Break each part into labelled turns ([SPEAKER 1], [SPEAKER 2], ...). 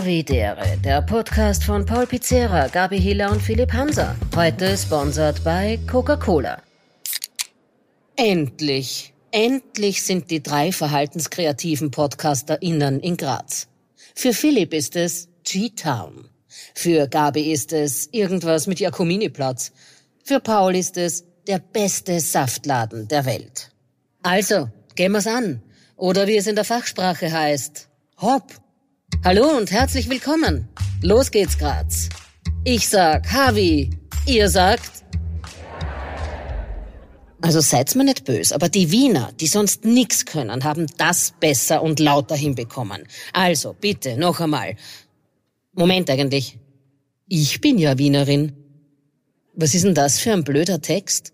[SPEAKER 1] Havidere, der Podcast von Paul Pizzera, Gabi Hiller und Philipp Hanser. Heute sponsored bei Coca-Cola. Endlich, endlich sind die drei verhaltenskreativen PodcasterInnen in Graz. Für Philipp ist es G-Town. Für Gabi ist es irgendwas mit Jakominiplatz. Für Paul ist es der beste Saftladen der Welt. Also, gehen wir's an. Oder wie es in der Fachsprache heißt, hopp. Hallo und herzlich willkommen. Los geht's, Graz. Ich sag Havi, ihr sagt... Also seid's mir nicht böse, aber die Wiener, die sonst nix können, haben das besser und lauter hinbekommen. Also, bitte, noch einmal. Moment eigentlich. Ich bin ja Wienerin. Was ist denn das für ein blöder Text?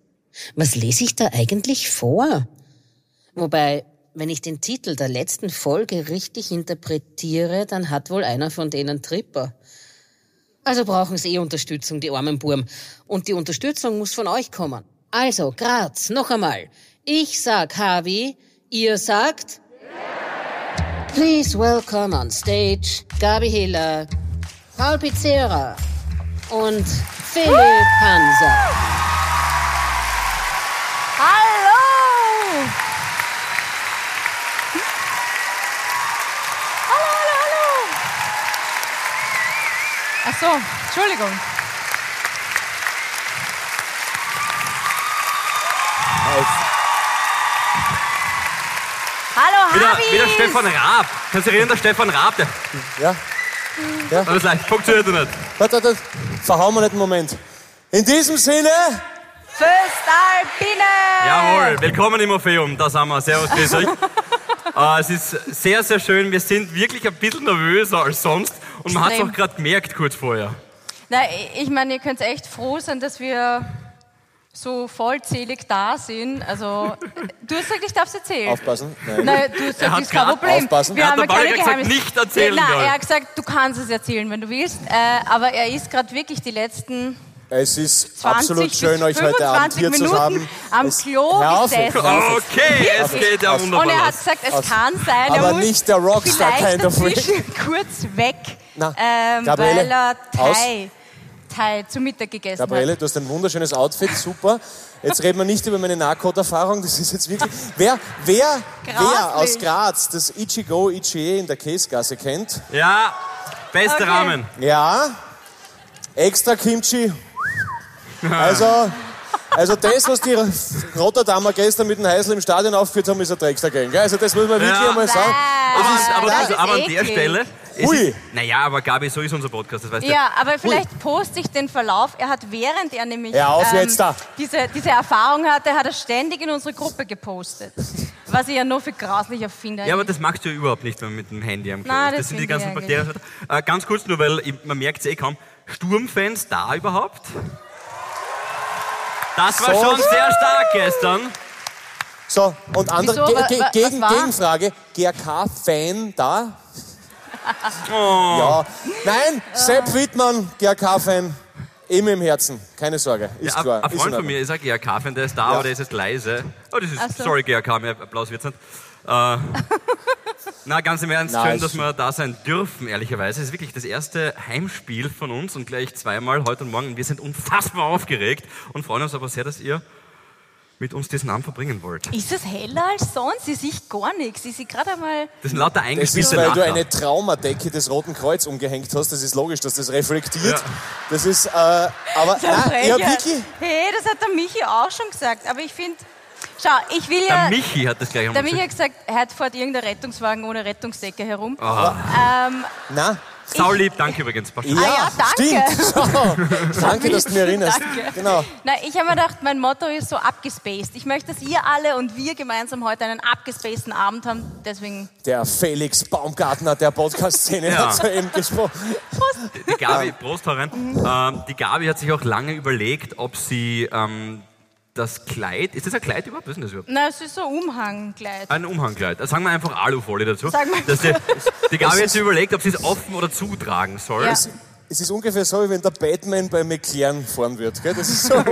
[SPEAKER 1] Was lese ich da eigentlich vor? Wobei, wenn ich den Titel der letzten Folge richtig interpretiere, dann hat wohl einer von denen Tripper. Also brauchen sie eh Unterstützung, die armen Burm. Und die Unterstützung muss von euch kommen. Also, Graz, noch einmal. Ich sag Havi, ihr sagt... Please welcome on stage Gabi Hiller, Paul Pizzera und Philipp Hanser.
[SPEAKER 2] Hallo! Hallo, hallo, hallo! Ach so, Entschuldigung. Hallo,
[SPEAKER 3] Wieder,
[SPEAKER 2] Habis!
[SPEAKER 3] wieder Stefan Raab. Kannst du erinnern, der Stefan Raab? Der,
[SPEAKER 4] Ja,
[SPEAKER 3] aber das leicht funktioniert ja nicht.
[SPEAKER 4] warte, warte, verhauen wir nicht einen Moment. In diesem Sinne,
[SPEAKER 2] Föstalpine!
[SPEAKER 3] Jawohl, willkommen im Orpheum. Da sind wir. Servus, grüß euch. Äh, es ist sehr, sehr schön. Wir sind wirklich ein bisschen nervöser als sonst. Und man hat es
[SPEAKER 2] Extrem.
[SPEAKER 3] auch gerade gemerkt kurz vorher.
[SPEAKER 2] Na, ich meine, ihr könnt echt froh sein, dass wir so vollzählig da sind. Also, du hast gesagt, ich darf es erzählen.
[SPEAKER 4] aufpassen. Nein.
[SPEAKER 2] Nein, du hast gesagt,
[SPEAKER 3] hat
[SPEAKER 2] das ist kein
[SPEAKER 3] grad-
[SPEAKER 2] Problem.
[SPEAKER 4] Aufpassen.
[SPEAKER 2] Wir
[SPEAKER 3] Er hat
[SPEAKER 2] haben ja
[SPEAKER 3] dabei
[SPEAKER 2] keine
[SPEAKER 3] gesagt,
[SPEAKER 2] Geheimnisse.
[SPEAKER 3] nicht erzählen,
[SPEAKER 2] Nein,
[SPEAKER 3] glaub ich.
[SPEAKER 2] er hat gesagt, du kannst es erzählen, wenn du willst. Äh, aber er ist gerade wirklich die letzten
[SPEAKER 4] Es ist
[SPEAKER 2] 20
[SPEAKER 4] absolut
[SPEAKER 2] bis
[SPEAKER 4] schön, euch heute Abend
[SPEAKER 2] 25
[SPEAKER 4] hier zu
[SPEAKER 2] Minuten
[SPEAKER 4] haben.
[SPEAKER 2] am
[SPEAKER 4] es,
[SPEAKER 2] Klo
[SPEAKER 4] Hör auf jetzt,
[SPEAKER 2] gesessen.
[SPEAKER 4] hör auf jetzt.
[SPEAKER 3] Okay, es
[SPEAKER 2] Wirklich.
[SPEAKER 3] geht ja wunderbar.
[SPEAKER 2] Und er hat
[SPEAKER 3] los.
[SPEAKER 2] gesagt, es
[SPEAKER 4] Aus-
[SPEAKER 2] kann sein, er
[SPEAKER 4] Also, Aber
[SPEAKER 2] muss
[SPEAKER 4] nicht der Rockstar
[SPEAKER 2] vielleicht
[SPEAKER 4] kind of freak.
[SPEAKER 2] dazwischen kurz weg,
[SPEAKER 4] Na,
[SPEAKER 2] ähm,
[SPEAKER 4] Gabriele,
[SPEAKER 2] weil er
[SPEAKER 4] aus.
[SPEAKER 2] Thai, Thai zu Mittag gegessen
[SPEAKER 4] Gabriele,
[SPEAKER 2] hat.
[SPEAKER 4] du hast ein wunderschönes Outfit, super. Jetzt reden wir nicht über meine Nahkoderfahrung, das ist jetzt wirklich... Wer, wer, wer
[SPEAKER 2] Grauslich.
[SPEAKER 4] aus Graz das Ichigo Ichie in der Käsegasse kennt?
[SPEAKER 3] ja, bester
[SPEAKER 2] Okay.
[SPEAKER 3] Rahmen.
[SPEAKER 4] Ja, extra Kimchi. Also, also das, was die Rotterdamer gestern mit dem Heisel im Stadion aufgeführt haben, ist ein Dreckstergang. gell? Also das muss man wirklich
[SPEAKER 3] Ja.
[SPEAKER 4] einmal sagen.
[SPEAKER 3] Aber,
[SPEAKER 2] Wow.
[SPEAKER 3] aber,
[SPEAKER 2] Ah, Das
[SPEAKER 3] also,
[SPEAKER 2] ist
[SPEAKER 3] aber an der
[SPEAKER 2] eklig.
[SPEAKER 3] Stelle. es
[SPEAKER 4] Ui.
[SPEAKER 3] Ist, naja, aber Gabi, so ist unser Podcast, das weißt du.
[SPEAKER 2] Ja, aber vielleicht poste ich den Verlauf. Er hat während er nämlich ähm,
[SPEAKER 4] Hör auf jetzt da.
[SPEAKER 2] diese, diese Erfahrung hatte, hat er ständig in unsere Gruppe gepostet. Was ich ja nur für grauslicher finde.
[SPEAKER 3] Ja, aber das magst du ja überhaupt nicht, wenn man mit dem Handy am Klo
[SPEAKER 2] Nein,
[SPEAKER 3] ist. Das,
[SPEAKER 2] das
[SPEAKER 3] sind die
[SPEAKER 2] finde ich
[SPEAKER 3] ganzen Bakterien. Äh, ganz kurz nur, weil ich, man merkt es eh kaum. Sturmfans da überhaupt? Das war
[SPEAKER 4] So.
[SPEAKER 3] schon sehr stark gestern.
[SPEAKER 4] So, und andere,
[SPEAKER 2] Wieso?
[SPEAKER 4] ge
[SPEAKER 2] Wa-
[SPEAKER 4] ge
[SPEAKER 2] wa-
[SPEAKER 4] gegen,
[SPEAKER 2] was war?
[SPEAKER 4] Gegenfrage, GRK-Fan da?
[SPEAKER 3] Oh.
[SPEAKER 4] Ja. Nein, Sepp Wittmann, GRK-Fan, immer im Herzen, keine Sorge, ist
[SPEAKER 3] Ja,
[SPEAKER 4] klar.
[SPEAKER 3] ein, ein
[SPEAKER 4] ist in
[SPEAKER 3] Freund von
[SPEAKER 4] Ordnung.
[SPEAKER 3] mir ist ein GRK-Fan, der ist da, aber der ist jetzt leise. Oh, das
[SPEAKER 2] Ach
[SPEAKER 3] ist,
[SPEAKER 2] so.
[SPEAKER 3] sorry GRK, mehr Applaus wird's nicht. Äh, na, ganz im Ernst,
[SPEAKER 4] Na,
[SPEAKER 3] schön,
[SPEAKER 4] ist
[SPEAKER 3] dass wir da sein dürfen, ehrlicherweise. Es ist wirklich das erste Heimspiel von uns und gleich zweimal heute und morgen. Wir sind unfassbar aufgeregt und freuen uns aber sehr, dass ihr mit uns diesen Abend verbringen wollt.
[SPEAKER 2] Ist es heller als sonst? Ich sehe gar nichts. Ich sehe gerade einmal.
[SPEAKER 3] Das sind lauter
[SPEAKER 4] Es
[SPEAKER 3] eingespielte
[SPEAKER 4] ist, weil du
[SPEAKER 3] Lacher.
[SPEAKER 4] eine Traumadecke des Roten Kreuz umgehängt hast, das ist logisch, dass das reflektiert.
[SPEAKER 3] Ja.
[SPEAKER 4] Das ist, äh, aber nein, ich hab
[SPEAKER 2] Frechheit.
[SPEAKER 4] wirklich...
[SPEAKER 2] Hey, das hat der Michi auch schon gesagt. Aber ich finde, schau, ich will ja.
[SPEAKER 3] Der Michi hat das
[SPEAKER 2] der
[SPEAKER 3] gleich einmal
[SPEAKER 2] Michi hat
[SPEAKER 3] gesagt.
[SPEAKER 2] gesagt, heute fährt irgendein Rettungswagen ohne Rettungsdecke
[SPEAKER 3] Ah.
[SPEAKER 2] herum. Ähm,
[SPEAKER 4] Na,
[SPEAKER 3] Sau lieb, danke übrigens. Passt schon.
[SPEAKER 2] Ah ja, danke.
[SPEAKER 4] stimmt. So, danke, dass du mich erinnerst.
[SPEAKER 2] Danke.
[SPEAKER 4] Genau.
[SPEAKER 2] Na, ich habe mir gedacht, mein Motto ist so abgespaced. Ich möchte, dass ihr alle und wir gemeinsam heute einen abgespaceden Abend haben. Deswegen.
[SPEAKER 4] Der Felix Baumgartner der Podcast-Szene
[SPEAKER 3] Ja.
[SPEAKER 4] hat so eben gesprochen.
[SPEAKER 3] Die Gabi, Prost, hau rein. Ähm, die Gabi hat sich auch lange überlegt, ob sie ähm, das Kleid, ist das ein Kleid überhaupt? Was ist denn das überhaupt?
[SPEAKER 2] Na, es ist so Umhangkleid.
[SPEAKER 3] Ein Umhangkleid. Sagen wir einfach Alufolie dazu.
[SPEAKER 2] Sagen wir-
[SPEAKER 3] Dass die, die Gabi hat sich überlegt, ob sie es offen oder zutragen soll.
[SPEAKER 2] Ja.
[SPEAKER 4] Es, es ist ungefähr so, wie wenn der Batman bei McLaren fahren wird. Gell? Das ist so.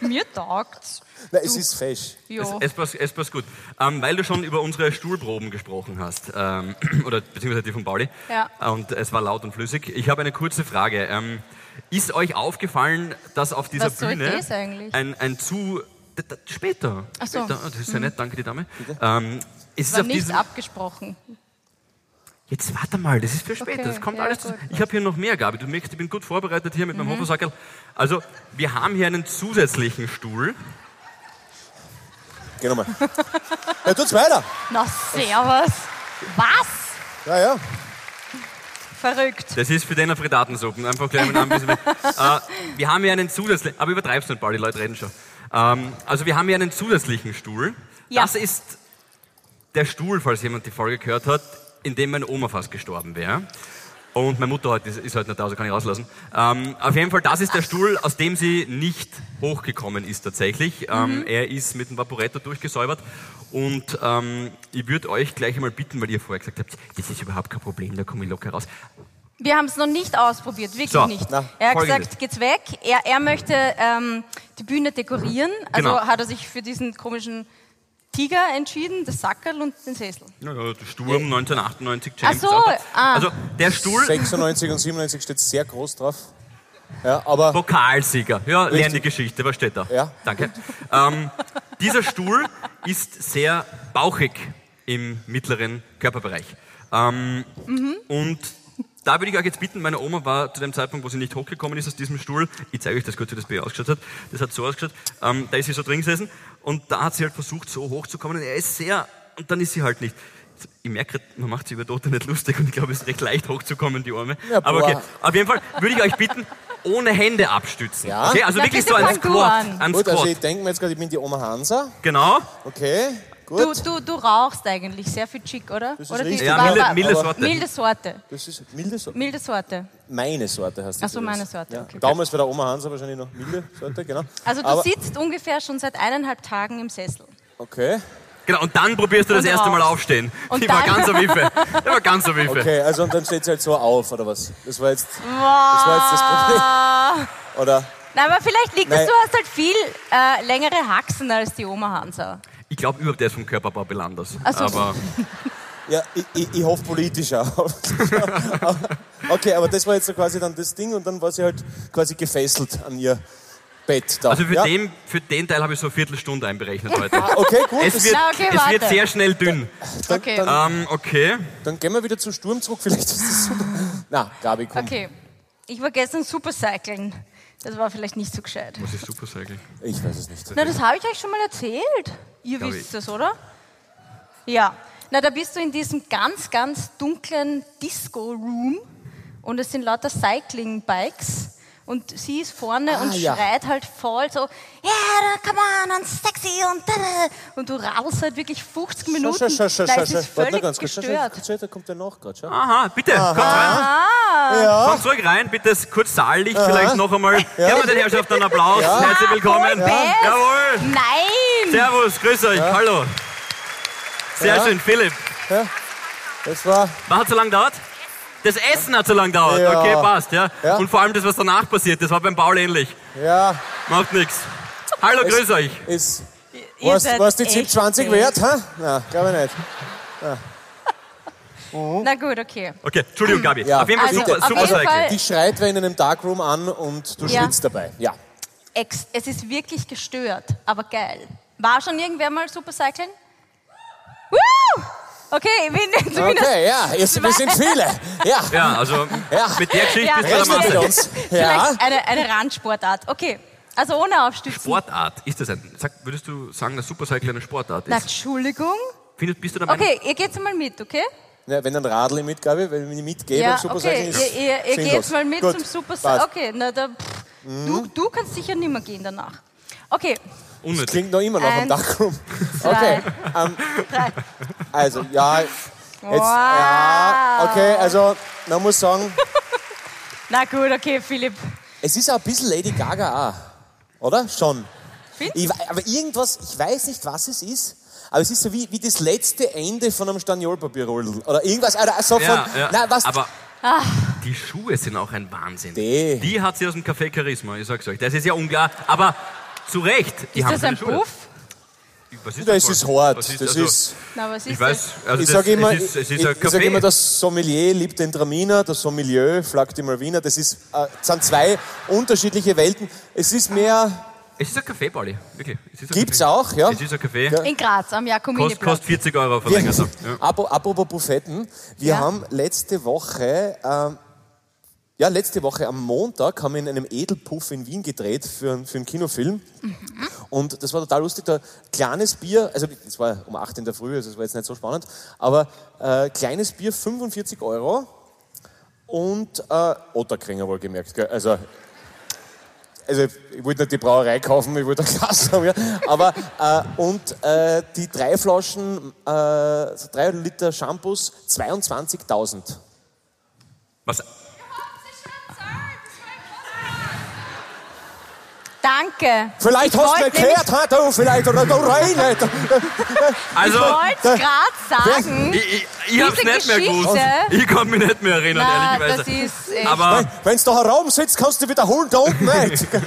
[SPEAKER 2] Mir taugt's.
[SPEAKER 4] Nein, es ist fesch.
[SPEAKER 2] Jo.
[SPEAKER 3] Es, es, passt, es passt gut. Ähm, weil du schon über unsere Stuhlproben gesprochen hast, ähm, oder beziehungsweise die von Pauli,
[SPEAKER 2] Ja.
[SPEAKER 3] und es war laut und flüssig. Ich habe eine kurze Frage. Ähm, ist euch aufgefallen, dass auf dieser
[SPEAKER 2] Was soll
[SPEAKER 3] Bühne
[SPEAKER 2] das eigentlich?
[SPEAKER 3] ein, ein zu... d- d- Später.
[SPEAKER 2] Ach so. Mhm.
[SPEAKER 3] Später. Das ist ja nett, danke die Dame. Ähm, es ist
[SPEAKER 2] War
[SPEAKER 3] auf
[SPEAKER 2] nicht
[SPEAKER 3] diesem,
[SPEAKER 2] abgesprochen.
[SPEAKER 3] Jetzt warte mal, das ist für später.
[SPEAKER 2] Okay,
[SPEAKER 3] das kommt
[SPEAKER 2] ja,
[SPEAKER 3] alles
[SPEAKER 2] gut. Mhm.
[SPEAKER 3] zusammen. Ich habe hier noch mehr, Gabi. Du merkst, ich bin gut vorbereitet hier mit meinem Hofosackerl. Also, wir haben hier einen zusätzlichen Stuhl.
[SPEAKER 4] Geh nochmal. Ja, tut's weiter.
[SPEAKER 2] Na, servus. Was?
[SPEAKER 4] Ja, ja.
[SPEAKER 2] Verrückt.
[SPEAKER 3] Das ist für den auf Frittatensuppen. Einfach gleich mit einem bisschen mehr. äh, wir haben hier einen zusätzlichen, aber übertreib's nicht, Paul, die Leute reden schon. Ähm, also wir haben hier einen zusätzlichen Stuhl.
[SPEAKER 2] Ja.
[SPEAKER 3] Das ist der Stuhl, falls jemand die Folge gehört hat, in dem meine Oma fast gestorben wäre. Und meine Mutter heute ist, ist heute nicht da, also kann ich rauslassen. Ähm, auf jeden Fall, das ist der Stuhl, aus dem sie nicht hochgekommen ist tatsächlich. Ähm, Er ist mit dem Vaporetto durchgesäubert. Und ähm, ich würde euch gleich einmal bitten, weil ihr vorher gesagt habt, das ist überhaupt kein Problem, da komme ich locker raus.
[SPEAKER 2] Wir haben es noch nicht ausprobiert, wirklich
[SPEAKER 3] So,
[SPEAKER 2] nicht.
[SPEAKER 4] na,
[SPEAKER 2] er hat
[SPEAKER 3] folgendes.
[SPEAKER 2] gesagt, geht's weg. Er, er möchte ähm, die Bühne dekorieren. Also
[SPEAKER 3] Genau.
[SPEAKER 2] hat er sich für diesen komischen Tiger entschieden, das Sackerl und den Sessel.
[SPEAKER 3] Naja, der Sturm 1998 James.
[SPEAKER 2] Äh, Ach so,
[SPEAKER 3] Arthur.
[SPEAKER 2] ah.
[SPEAKER 3] Also der Stuhl
[SPEAKER 4] 96 und 97 steht sehr groß drauf. Ja, aber
[SPEAKER 3] Pokalsieger. Ja, lern die
[SPEAKER 4] Richtig.
[SPEAKER 3] Geschichte, was steht da?
[SPEAKER 4] Ja.
[SPEAKER 3] Danke. ähm, dieser Stuhl ist sehr bauchig im mittleren Körperbereich. Ähm, Und da würde ich euch jetzt bitten, meine Oma war zu dem Zeitpunkt, wo sie nicht hochgekommen ist aus diesem Stuhl, ich zeige euch das kurz, wie das bei ihr ausgeschaut hat, das hat so ausgeschaut, ähm, da ist sie so drin gesessen und da hat sie halt versucht, so hochzukommen und er ist sehr, und dann ist sie halt nicht. Ich merke, grad, man macht sie über Tote nicht lustig und ich glaube, es ist recht leicht hochzukommen, die Arme.
[SPEAKER 4] Ja,
[SPEAKER 3] Aber okay,
[SPEAKER 4] boah.
[SPEAKER 3] auf jeden Fall würde ich euch bitten, ohne Hände abstützen.
[SPEAKER 4] Ja.
[SPEAKER 3] Okay, also
[SPEAKER 2] Na,
[SPEAKER 3] wirklich
[SPEAKER 2] bitte
[SPEAKER 3] so ein
[SPEAKER 2] fang du
[SPEAKER 3] Squat.
[SPEAKER 2] an.
[SPEAKER 3] Ein
[SPEAKER 4] gut, also ich
[SPEAKER 3] Squat.
[SPEAKER 4] denke mir jetzt gerade, ich bin die Oma Hansa.
[SPEAKER 3] Genau.
[SPEAKER 4] Okay,
[SPEAKER 2] Du,
[SPEAKER 4] gut.
[SPEAKER 2] du, du rauchst eigentlich sehr viel Chick, oder?
[SPEAKER 4] Das ist
[SPEAKER 2] oder
[SPEAKER 4] richtig.
[SPEAKER 3] Ja,
[SPEAKER 2] war-
[SPEAKER 3] milde-
[SPEAKER 2] war-
[SPEAKER 3] milde
[SPEAKER 4] aber-
[SPEAKER 3] Sorte.
[SPEAKER 2] milde Sorte.
[SPEAKER 4] Das ist milde Sorte.
[SPEAKER 2] Milde Sorte.
[SPEAKER 4] Meine Sorte hast du.
[SPEAKER 2] Ach so, meine Sorte, okay.
[SPEAKER 4] Damals bei der Oma Hansa wahrscheinlich noch milde Sorte, genau.
[SPEAKER 2] Also du
[SPEAKER 4] Aber-
[SPEAKER 2] sitzt ungefähr schon seit eineinhalb Tagen im Sessel.
[SPEAKER 4] Okay,
[SPEAKER 3] Genau, und dann probierst du das
[SPEAKER 2] Und
[SPEAKER 3] erste
[SPEAKER 2] raus.
[SPEAKER 3] Mal aufstehen.
[SPEAKER 2] Und
[SPEAKER 3] ich war
[SPEAKER 2] dann-
[SPEAKER 3] ganz am Wiffe. Ich war ganz am Wiffe.
[SPEAKER 4] okay, also und dann steht sie halt so auf, oder was? Das war jetzt,
[SPEAKER 2] Das
[SPEAKER 4] war jetzt das oder?
[SPEAKER 2] Nein, aber vielleicht liegt
[SPEAKER 4] Ah. Nein.
[SPEAKER 2] es, du hast halt viel äh, längere Haxen als die Oma Hansa.
[SPEAKER 3] Ich glaube, überhaupt der ist vom Körperbau ein bisschen anders.
[SPEAKER 2] Ach so.
[SPEAKER 3] Aber
[SPEAKER 4] Ja, ich, ich, ich hoffe politischer. okay, aber das war jetzt so quasi dann das Ding und dann war sie halt quasi gefesselt an ihr Bett da.
[SPEAKER 3] also für,
[SPEAKER 4] ja?
[SPEAKER 3] den, für den Teil habe ich so eine Viertelstunde einberechnet heute.
[SPEAKER 4] Okay, gut.
[SPEAKER 3] Es
[SPEAKER 4] das-
[SPEAKER 3] wird,
[SPEAKER 2] Na, okay,
[SPEAKER 3] es wird
[SPEAKER 2] warte.
[SPEAKER 3] sehr schnell dünn.
[SPEAKER 4] dann,
[SPEAKER 2] Okay.
[SPEAKER 4] dann,
[SPEAKER 3] Ähm, okay.
[SPEAKER 4] dann gehen wir wieder zu Sturm zurück, vielleicht ist das super. Na, Gabi, komm.
[SPEAKER 2] Okay, ich war gestern Supercycling. Das war vielleicht nicht so gescheit.
[SPEAKER 3] Das ist super, sag ich.
[SPEAKER 4] Ich weiß es nicht.
[SPEAKER 2] Na, das habe ich euch schon mal erzählt. Ihr
[SPEAKER 3] Glaub
[SPEAKER 2] wisst
[SPEAKER 3] ich.
[SPEAKER 2] es, oder? Ja. Na, da bist du in diesem ganz, ganz dunklen Disco-Room und es sind lauter Cycling-Bikes und sie ist vorne
[SPEAKER 4] Ah,
[SPEAKER 2] und
[SPEAKER 4] ja.
[SPEAKER 2] schreit halt voll so, yeah, come on, und sexy und da, da. Und du raus halt wirklich 50 Minuten.
[SPEAKER 4] Schau, schau, schau,
[SPEAKER 2] Nein,
[SPEAKER 4] schau,
[SPEAKER 2] es
[SPEAKER 4] schau.
[SPEAKER 2] ist
[SPEAKER 4] Warte noch
[SPEAKER 2] völlig
[SPEAKER 4] ganz kurz. Schau, schau,
[SPEAKER 2] gestört.
[SPEAKER 4] schau, da kommt der noch gerade. Schau.
[SPEAKER 3] Aha, bitte, kommt rein.
[SPEAKER 4] Ja,
[SPEAKER 3] Kommt zurück rein, bitte das kurz Saallicht vielleicht noch einmal. Ja. Geben wir den Herrschaften einen Applaus. Herzlich willkommen.
[SPEAKER 2] Ah, voll best.
[SPEAKER 3] Jawohl.
[SPEAKER 2] Nein!
[SPEAKER 3] Servus, grüß euch, hallo. Sehr
[SPEAKER 4] Ja.
[SPEAKER 3] schön, Philipp.
[SPEAKER 4] das war.
[SPEAKER 3] Was hat so lange gedauert? Das Essen hat so lange gedauert.
[SPEAKER 4] Ja.
[SPEAKER 3] Okay, passt, ja.
[SPEAKER 4] Ja.
[SPEAKER 3] Und vor allem das, was danach passiert, das war beim Paul ähnlich.
[SPEAKER 4] Ja,
[SPEAKER 3] Macht nichts. Hallo, grüß euch.
[SPEAKER 4] ist.
[SPEAKER 2] Ihr
[SPEAKER 4] Warst,
[SPEAKER 2] seid
[SPEAKER 4] warst die
[SPEAKER 2] echt
[SPEAKER 4] 20 wert? Hä? Nein, glaube ich nicht.
[SPEAKER 2] Na gut, okay.
[SPEAKER 3] Okay, Entschuldigung, Gabi.
[SPEAKER 4] Ja.
[SPEAKER 3] Auf jeden Fall
[SPEAKER 2] Also,
[SPEAKER 3] super,
[SPEAKER 2] auf
[SPEAKER 3] super
[SPEAKER 2] jeden Fall-
[SPEAKER 3] Cycle.
[SPEAKER 4] Die schreit wer in einem Darkroom an und du
[SPEAKER 2] Ja.
[SPEAKER 4] schwitzt dabei. Ja.
[SPEAKER 2] Ex es ist wirklich gestört, aber geil. War schon irgendwer mal Supercycling? Woo! Okay, wir- zumindest.
[SPEAKER 4] Okay, ja, jetzt, wir sind viele. Ja,
[SPEAKER 3] Ja, also
[SPEAKER 4] Ja.
[SPEAKER 3] mit der Geschichte
[SPEAKER 2] Ja.
[SPEAKER 3] bist du der
[SPEAKER 4] rechnet mit
[SPEAKER 3] Master.
[SPEAKER 4] uns. Ja.
[SPEAKER 2] Vielleicht eine, eine Randsportart. Okay, also ohne Aufstützen.
[SPEAKER 3] Sportart, ist das ein, sag, würdest du sagen, dass Supercycle eine Sportart
[SPEAKER 2] Na,
[SPEAKER 3] ist?
[SPEAKER 2] Entschuldigung.
[SPEAKER 3] Findest, bist du der Meinung?
[SPEAKER 2] Okay, ihr geht's mal mit, okay?
[SPEAKER 4] ja wenn ein Radl ich mitgabe, wenn ich mitgebe,
[SPEAKER 2] Ja,
[SPEAKER 4] super
[SPEAKER 2] okay. Ihr, ihr, ihr geht mal mit zum Supercycling.
[SPEAKER 4] passt. Mhm.
[SPEAKER 2] Okay, na, da, pff, du, du kannst sicher nicht mehr gehen danach. Okay,
[SPEAKER 3] Unnötig.
[SPEAKER 4] Klingt noch immer noch am
[SPEAKER 2] Eins,
[SPEAKER 4] Darkroom.
[SPEAKER 2] zwei,
[SPEAKER 4] Okay, ähm,
[SPEAKER 2] drei.
[SPEAKER 4] also, ja. Jetzt, ja, okay, also, man muss sagen,
[SPEAKER 2] Na gut, okay, Philipp.
[SPEAKER 4] es ist auch ein bisschen Lady Gaga auch, oder? Schon.
[SPEAKER 2] Findest
[SPEAKER 4] Ich, wei- aber irgendwas, ich weiß nicht, was es ist, aber es ist so wie, wie das letzte Ende von einem Staniolpapierroll. Oder irgendwas, oder so von,
[SPEAKER 3] Ja, ja.
[SPEAKER 4] nein, was,
[SPEAKER 3] Aber
[SPEAKER 2] Ah.
[SPEAKER 3] die Schuhe sind auch ein Wahnsinn.
[SPEAKER 4] Die.
[SPEAKER 3] Die hat sie aus dem Café Charisma, ich sag's euch. Das ist ja unklar. Aber Zu Recht. Die
[SPEAKER 2] Ist
[SPEAKER 3] haben
[SPEAKER 2] das
[SPEAKER 3] keine
[SPEAKER 2] ein
[SPEAKER 3] Schule.
[SPEAKER 2] Puff?
[SPEAKER 3] Was ist
[SPEAKER 4] Das
[SPEAKER 3] Puff?
[SPEAKER 4] ist hart.
[SPEAKER 3] Was
[SPEAKER 4] das
[SPEAKER 3] also,
[SPEAKER 4] ist,
[SPEAKER 2] Na, was ist
[SPEAKER 3] ich weiß, also
[SPEAKER 4] ich
[SPEAKER 3] das-
[SPEAKER 4] sage immer,
[SPEAKER 3] es ist, es ist
[SPEAKER 4] ich,
[SPEAKER 3] ein
[SPEAKER 4] ich sag
[SPEAKER 3] Café.
[SPEAKER 4] immer, das Sommelier liebt den Traminer, das Sommelier flaggt den Malviner. Das ist, äh, das sind zwei unterschiedliche Welten. Es ist mehr,
[SPEAKER 3] es ist ein Café, Pauli. Wirklich. Es ist ein
[SPEAKER 4] gibt's
[SPEAKER 3] Café.
[SPEAKER 4] auch, ja.
[SPEAKER 3] Es ist ein Café.
[SPEAKER 4] Ja.
[SPEAKER 2] In Graz, am
[SPEAKER 3] Kost,
[SPEAKER 2] Jakominiplatz.
[SPEAKER 3] kostet 40 Euro
[SPEAKER 4] Wir,
[SPEAKER 3] verlängert. Ja.
[SPEAKER 4] Apo- Apropos Buffetten, wir
[SPEAKER 2] Ja.
[SPEAKER 4] haben letzte Woche, ähm, ja, letzte Woche am Montag haben wir in einem Edelpuff in Wien gedreht für, einen- für einen Kinofilm. Und das war total lustig, da kleines Bier, also es war um 8 in der Früh, also es war jetzt nicht so spannend, aber äh, kleines Bier 45 Euro und äh, Otterkringer wohlgemerkt, gell? also also ich wollte nicht die Brauerei kaufen, ich wollte ein Glas haben, ja. aber äh, und äh, die drei Flaschen, äh, so drei Liter Shampoos, 22.000.
[SPEAKER 3] Was?
[SPEAKER 2] Danke. Ich
[SPEAKER 4] Vielleicht hast du
[SPEAKER 2] wollte
[SPEAKER 4] nicht gehört, ha, du, vielleicht, oder du rein.
[SPEAKER 3] Also,
[SPEAKER 2] Ich wollte gerade sagen,
[SPEAKER 3] ich, ich, ich hab's
[SPEAKER 2] Diese
[SPEAKER 3] nicht mehr gewusst.
[SPEAKER 2] Geschichte-
[SPEAKER 3] Ich kann mich nicht mehr erinnern,
[SPEAKER 2] na,
[SPEAKER 3] ehrlicherweise.
[SPEAKER 2] das ist echt.
[SPEAKER 3] Aber
[SPEAKER 4] Wenn du da herumsitzt, kannst du dich wiederholen, da unten nicht. nein,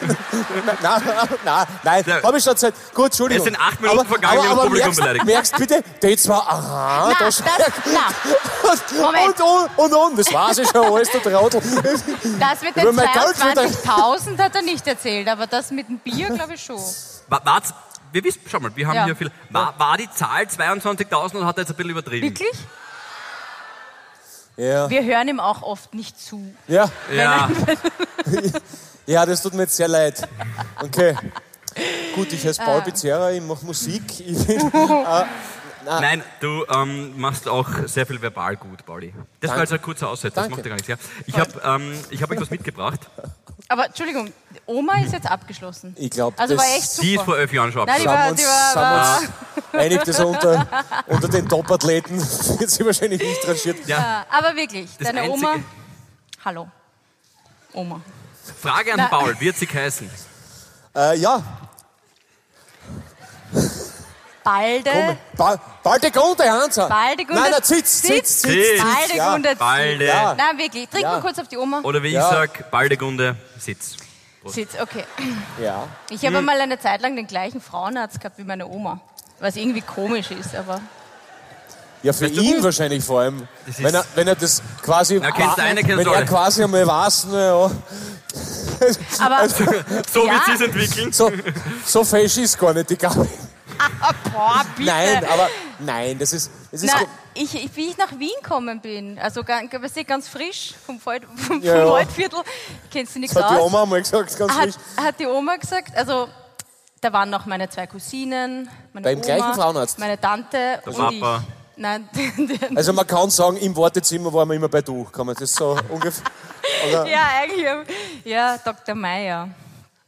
[SPEAKER 4] nein, nein, nein.
[SPEAKER 3] Ja.
[SPEAKER 4] habe ich schon Zeit. Gut, Entschuldigung.
[SPEAKER 3] Es sind acht Minuten vergangen, wir haben Publikum
[SPEAKER 4] merkst,
[SPEAKER 3] beleidigt.
[SPEAKER 4] merkst bitte, die zwei, aha,
[SPEAKER 2] na,
[SPEAKER 4] da
[SPEAKER 2] das, na,
[SPEAKER 4] und,
[SPEAKER 2] Moment.
[SPEAKER 4] und, und, und, das weiß ich schon, alles der Trottel.
[SPEAKER 2] das mit den
[SPEAKER 4] Wenn mein Geld wieder-
[SPEAKER 2] 22.000 hat er nicht erzählt, aber das mit dem Bier glaube ich schon.
[SPEAKER 3] war, war's, wir wissen, schau mal, wir haben
[SPEAKER 2] Ja.
[SPEAKER 3] hier viel. War, war die Zahl 22.000 und hat er jetzt ein bisschen übertrieben?
[SPEAKER 2] Wirklich?
[SPEAKER 4] Ja,
[SPEAKER 2] Wir hören ihm auch oft nicht zu.
[SPEAKER 4] ja,
[SPEAKER 3] Ja.
[SPEAKER 4] ja, das tut mir jetzt sehr leid. Okay. Gut, ich heiße
[SPEAKER 2] Ah.
[SPEAKER 4] Paul Pizzerra, ich mache Musik. Ich bin,
[SPEAKER 3] Nein, du ähm, machst auch sehr viel verbal gut, Pauli. Das war
[SPEAKER 4] Danke.
[SPEAKER 3] also ein kurzer Aussetzer, das
[SPEAKER 4] Danke.
[SPEAKER 3] macht ja gar nichts. Ja. Ich habe ähm, ich hab euch was mitgebracht.
[SPEAKER 2] Aber Entschuldigung, Oma ist jetzt abgeschlossen.
[SPEAKER 4] Ich glaub,
[SPEAKER 2] Also
[SPEAKER 4] das-
[SPEAKER 2] war echt super.
[SPEAKER 3] Die ist vor elf Jahren schon
[SPEAKER 2] Nein,
[SPEAKER 3] abgeschlossen.
[SPEAKER 2] die war,
[SPEAKER 4] sind
[SPEAKER 2] die
[SPEAKER 4] uns,
[SPEAKER 2] war, war
[SPEAKER 4] sind uns einig, dass er unter, unter den Top-Athleten wird sie wahrscheinlich nicht rangiert.
[SPEAKER 3] Ja.
[SPEAKER 2] aber wirklich,
[SPEAKER 3] Das
[SPEAKER 2] deine
[SPEAKER 3] Einzige-
[SPEAKER 2] Oma. Hallo. Oma.
[SPEAKER 3] Frage an
[SPEAKER 2] Na.
[SPEAKER 3] Paul, wird sie heißen?
[SPEAKER 4] Äh, ja,
[SPEAKER 2] Balde.
[SPEAKER 4] komm, ba bald die Grunde, Hansa.
[SPEAKER 2] Bald die Äh. Gunde-
[SPEAKER 4] Nein, nein, sitz, sitz, sitz.
[SPEAKER 2] Sitz.
[SPEAKER 4] sitz,
[SPEAKER 2] Balde
[SPEAKER 4] ja.
[SPEAKER 2] Gunde.
[SPEAKER 3] Balde.
[SPEAKER 4] Ja.
[SPEAKER 2] Nein, wirklich. Trink
[SPEAKER 4] Ja.
[SPEAKER 2] mal kurz auf die Oma.
[SPEAKER 3] Oder wie
[SPEAKER 4] Ja.
[SPEAKER 3] ich sag, Baldegunde, Sitz.
[SPEAKER 2] Sitz, okay.
[SPEAKER 4] Ja.
[SPEAKER 2] Ich habe mal eine Zeit lang den gleichen Frauenarzt gehabt wie meine Oma. Was irgendwie komisch ist, aber.
[SPEAKER 4] Ja, für
[SPEAKER 3] Weißt du,
[SPEAKER 4] ihn wahrscheinlich vor allem.
[SPEAKER 3] Das ist-
[SPEAKER 4] Wenn er, wenn er das quasi,
[SPEAKER 3] Na, kennst du eine, kennst
[SPEAKER 4] wenn
[SPEAKER 3] du
[SPEAKER 4] er
[SPEAKER 3] alle.
[SPEAKER 4] quasi einmal weiß, na, ja, Also
[SPEAKER 2] Aber,
[SPEAKER 3] So
[SPEAKER 2] Ja.
[SPEAKER 3] wird sie es entwickeln.
[SPEAKER 4] so, so fesch ist gar nicht die Gabi.
[SPEAKER 2] Ah, boah, bitte.
[SPEAKER 4] Nein, aber nein, das ist, das ist
[SPEAKER 2] Na,
[SPEAKER 4] gut.
[SPEAKER 2] ich, ich, wie ich nach Wien gekommen bin, also ganz, weißt du, ganz frisch vom, Wald, vom,
[SPEAKER 4] Ja,
[SPEAKER 2] vom
[SPEAKER 4] ja.
[SPEAKER 2] Waldviertel, kennst du nichts
[SPEAKER 4] Das hat die
[SPEAKER 2] aus.
[SPEAKER 4] Oma einmal gesagt, ganz
[SPEAKER 2] hat,
[SPEAKER 4] richtig.
[SPEAKER 2] hat die Oma gesagt, also da waren noch meine zwei Cousinen, meine
[SPEAKER 4] Beim
[SPEAKER 2] Oma,
[SPEAKER 4] gleichen Frauenarzt?
[SPEAKER 2] meine Tante und ich.
[SPEAKER 3] Papa.
[SPEAKER 2] Nein,
[SPEAKER 4] Also man kann sagen, im Wartezimmer waren wir immer bei du. Kann man das so ungefähr. Oder?
[SPEAKER 2] ja, eigentlich, ja, Dr. Meier.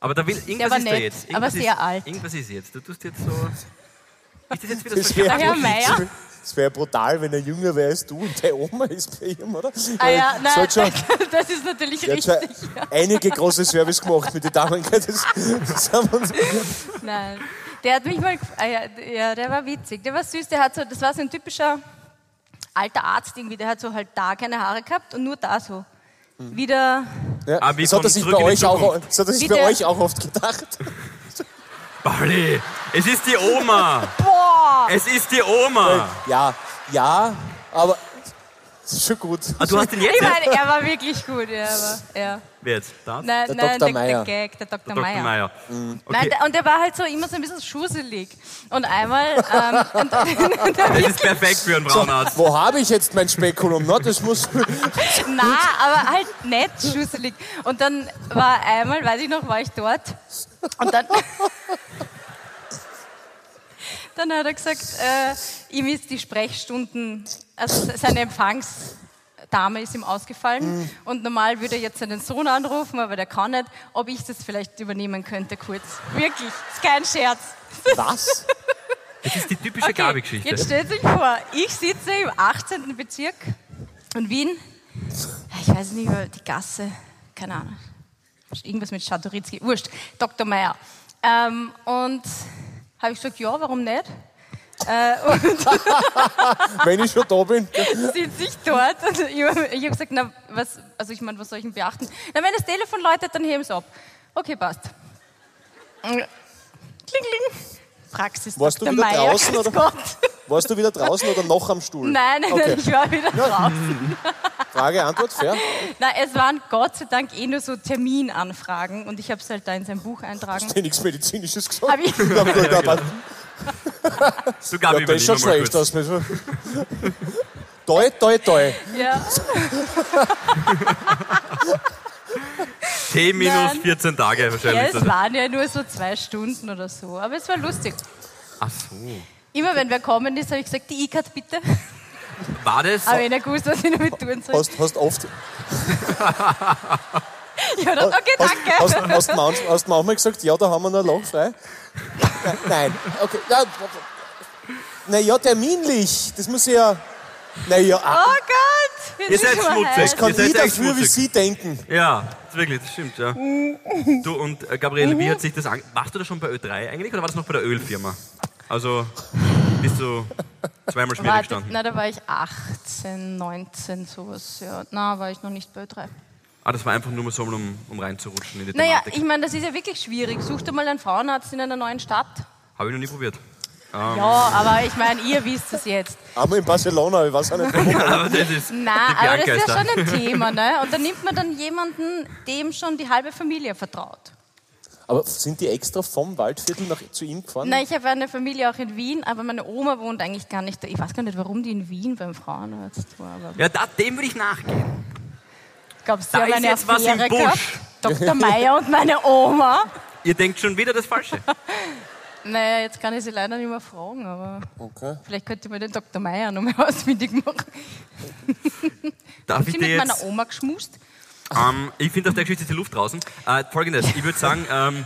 [SPEAKER 3] Aber da will irgendwas
[SPEAKER 2] war
[SPEAKER 3] ist da
[SPEAKER 2] nett,
[SPEAKER 3] jetzt.
[SPEAKER 2] aber
[SPEAKER 3] Irgendwas
[SPEAKER 2] sehr
[SPEAKER 3] ist,
[SPEAKER 2] alt.
[SPEAKER 3] Irgendwas ist jetzt. Du tust jetzt so. Ist das jetzt wieder
[SPEAKER 4] Das
[SPEAKER 3] so?
[SPEAKER 4] wäre
[SPEAKER 2] Der Herr Meier?
[SPEAKER 4] das wär brutal, wenn er jünger wäre als du und deine Oma ist bei ihm, oder?
[SPEAKER 2] Ah ja, nein,
[SPEAKER 4] Sollte schon,
[SPEAKER 2] das ist natürlich
[SPEAKER 4] der hat schon
[SPEAKER 2] richtig.
[SPEAKER 4] einige große Service gemacht mit den Damen. gell? Das, das haben wir uns,
[SPEAKER 2] Nein. Der hat mich mal, gef- ah, ja, d- ja, der war witzig, der war süß, der hat so, das war so ein typischer alter Arzt irgendwie, der hat so halt da keine Haare gehabt und nur da so. Wieder,
[SPEAKER 4] ja.
[SPEAKER 3] Ah, wie
[SPEAKER 4] das hat er
[SPEAKER 3] kommt
[SPEAKER 4] sich
[SPEAKER 3] zurück
[SPEAKER 4] bei
[SPEAKER 3] in die
[SPEAKER 4] euch auch,
[SPEAKER 3] Zukunft?
[SPEAKER 4] das hat er sich
[SPEAKER 2] Bitte?
[SPEAKER 4] bei euch auch oft gedacht.
[SPEAKER 3] Pauli, es ist die Oma.
[SPEAKER 2] boah,
[SPEAKER 3] Es ist die Oma.
[SPEAKER 4] Ja, ja, aber das ist schon gut.
[SPEAKER 3] Ah, du hast ihn jetzt?
[SPEAKER 2] ich meine, er war wirklich gut, ja, aber, ja.
[SPEAKER 3] Wer jetzt? Da?
[SPEAKER 2] Nein,
[SPEAKER 4] Der
[SPEAKER 2] nein,
[SPEAKER 4] Dr.
[SPEAKER 2] Der,
[SPEAKER 4] Meier.
[SPEAKER 2] der Gag, der Dr.
[SPEAKER 3] Dr.
[SPEAKER 2] Meier.
[SPEAKER 3] Meier.
[SPEAKER 2] Nein,
[SPEAKER 3] Okay.
[SPEAKER 2] der, und der war halt so immer so ein bisschen schusselig. Und einmal, ähm, und,
[SPEAKER 3] Das ist perfekt für einen Braunarzt.
[SPEAKER 4] Wo habe ich jetzt mein Spekulum? Na, das muss.
[SPEAKER 2] na, aber halt nett schusselig. Und dann war einmal, weiß ich noch, war ich dort. Und dann, dann hat er gesagt, äh, ihm ist die Sprechstunden, also seine Empfangsdame ist ihm ausgefallen. Und normal würde er jetzt seinen Sohn anrufen, aber der kann nicht. Ob ich das vielleicht übernehmen könnte, kurz. Wirklich, ist kein Scherz.
[SPEAKER 4] Was?
[SPEAKER 3] Das ist die typische Gabi-Geschichte.
[SPEAKER 2] Jetzt stellt euch vor, ich sitze im 18. Bezirk in Wien. Ich weiß nicht, über die Gasse, keine Ahnung. Irgendwas mit Schadoritzki, wurscht, Dr. Meier. Ähm, und habe ich gesagt, ja, warum nicht? Äh, und
[SPEAKER 4] Wenn ich schon da bin.
[SPEAKER 2] sitze ich dort und ich, hab- ich habe gesagt, na, was, also ich meine, was soll ich denn beachten? Na, wenn das Telefon läutet, dann heben sie ab. Okay, passt. Kling, kling. Praxis.
[SPEAKER 4] Warst du
[SPEAKER 2] Dr.
[SPEAKER 4] wieder
[SPEAKER 2] Meier,
[SPEAKER 4] draußen,
[SPEAKER 2] grüß
[SPEAKER 4] oder?
[SPEAKER 2] Gott.
[SPEAKER 4] Warst du wieder draußen oder noch am Stuhl?
[SPEAKER 2] Nein, nein,
[SPEAKER 4] Okay.
[SPEAKER 2] nein, ich war wieder draußen.
[SPEAKER 4] Frage, Antwort, fair.
[SPEAKER 2] Nein, es waren Gott sei Dank eh nur so Terminanfragen und ich habe es halt da in sein Buch eintragen.
[SPEAKER 4] Ich nichts Medizinisches gesagt.
[SPEAKER 2] Hab ich-
[SPEAKER 4] Na gut, ja, aber-
[SPEAKER 3] So gab
[SPEAKER 4] ja,
[SPEAKER 3] ich
[SPEAKER 4] das ist schon schlecht aus. Toi, toi, toi.
[SPEAKER 2] Ja.
[SPEAKER 3] T minus
[SPEAKER 2] Nein.
[SPEAKER 3] 14 Tage
[SPEAKER 2] ja,
[SPEAKER 3] wahrscheinlich.
[SPEAKER 2] es waren ja nur so zwei Stunden oder so, aber es war lustig.
[SPEAKER 3] Ach so.
[SPEAKER 2] Immer wenn wer kommen ist, habe ich gesagt, die E-Card bitte.
[SPEAKER 3] War das?
[SPEAKER 2] Aber ich habe gewusst, was ich damit tun soll.
[SPEAKER 4] Hast, hast oft.
[SPEAKER 2] Ich habe gedacht, okay,
[SPEAKER 4] Hast,
[SPEAKER 2] danke.
[SPEAKER 4] hast, hast, manch, hast manchmal gesagt, ja, da haben wir noch ein Loch frei? Nein, Nein. Okay. Ja, naja, terminlich. Das muss ich ja. Naja, ah,
[SPEAKER 2] Oh Gott! Jetzt
[SPEAKER 3] Ihr
[SPEAKER 2] ist
[SPEAKER 3] seid
[SPEAKER 2] schon mal
[SPEAKER 3] schmutzig.
[SPEAKER 2] heiß.
[SPEAKER 4] das kann
[SPEAKER 3] Ihr seid
[SPEAKER 4] ich
[SPEAKER 3] echt
[SPEAKER 4] dafür, wie
[SPEAKER 3] schmutzig.
[SPEAKER 4] Sie denken.
[SPEAKER 3] Ja, das ist wirklich, das stimmt, ja. Du und äh, Gabriele,
[SPEAKER 2] Mhm.
[SPEAKER 3] wie hat sich das an... Warst du da schon bei Ö3 eigentlich oder war das noch bei der Ölfirma? Also bist du zweimal schmierig
[SPEAKER 2] Warte,
[SPEAKER 3] gestanden.
[SPEAKER 2] na, da war ich 18, 19, sowas. Ja. Na, war ich noch nicht bei drei.
[SPEAKER 3] Ah, das war einfach nur mal so, um, um reinzurutschen in die
[SPEAKER 2] Naja,
[SPEAKER 3] Thematik.
[SPEAKER 2] ich meine, das ist ja wirklich schwierig. Such dir mal einen Frauenarzt in einer neuen Stadt.
[SPEAKER 3] Habe ich noch nie probiert.
[SPEAKER 2] Ja, aber ich meine, ihr wisst es jetzt.
[SPEAKER 4] Aber in Barcelona, ich weiß auch nicht warum.
[SPEAKER 3] Aber das ist...
[SPEAKER 2] Na,
[SPEAKER 3] die
[SPEAKER 2] aber das
[SPEAKER 3] Bianca
[SPEAKER 2] ist ja
[SPEAKER 3] da.
[SPEAKER 2] schon ein Thema, ne? Und dann nimmt man dann jemanden, dem schon die halbe Familie vertraut.
[SPEAKER 4] Aber sind die extra vom Waldviertel nach, zu ihm gefahren?
[SPEAKER 2] Na, ich habe eine Familie auch in Wien, aber meine Oma wohnt eigentlich gar nicht da. Ich weiß gar nicht, warum die in Wien beim Frauenarzt war. Aber
[SPEAKER 3] Ja, da, dem würde ich nachgehen.
[SPEAKER 2] glaubst du,
[SPEAKER 3] Da
[SPEAKER 2] sie haben
[SPEAKER 3] ist
[SPEAKER 2] eine
[SPEAKER 3] jetzt was im
[SPEAKER 2] Affäre gehabt?
[SPEAKER 3] Busch.
[SPEAKER 2] Dr. Meier und meine Oma.
[SPEAKER 3] Ihr denkt schon wieder das Falsche.
[SPEAKER 2] Naja, jetzt kann ich sie leider nicht mehr fragen, aber
[SPEAKER 4] Okay.
[SPEAKER 2] vielleicht könnte ich mir den Dr. Meier nochmal ausfindig machen.
[SPEAKER 3] Darf ich
[SPEAKER 2] Sie
[SPEAKER 3] dir
[SPEAKER 2] mit meiner
[SPEAKER 3] jetzt...
[SPEAKER 2] Oma geschmust?
[SPEAKER 3] Ähm, ich finde, auf der Geschichte ist die Luft draußen. Äh, Folgendes, ich würde sagen, ähm,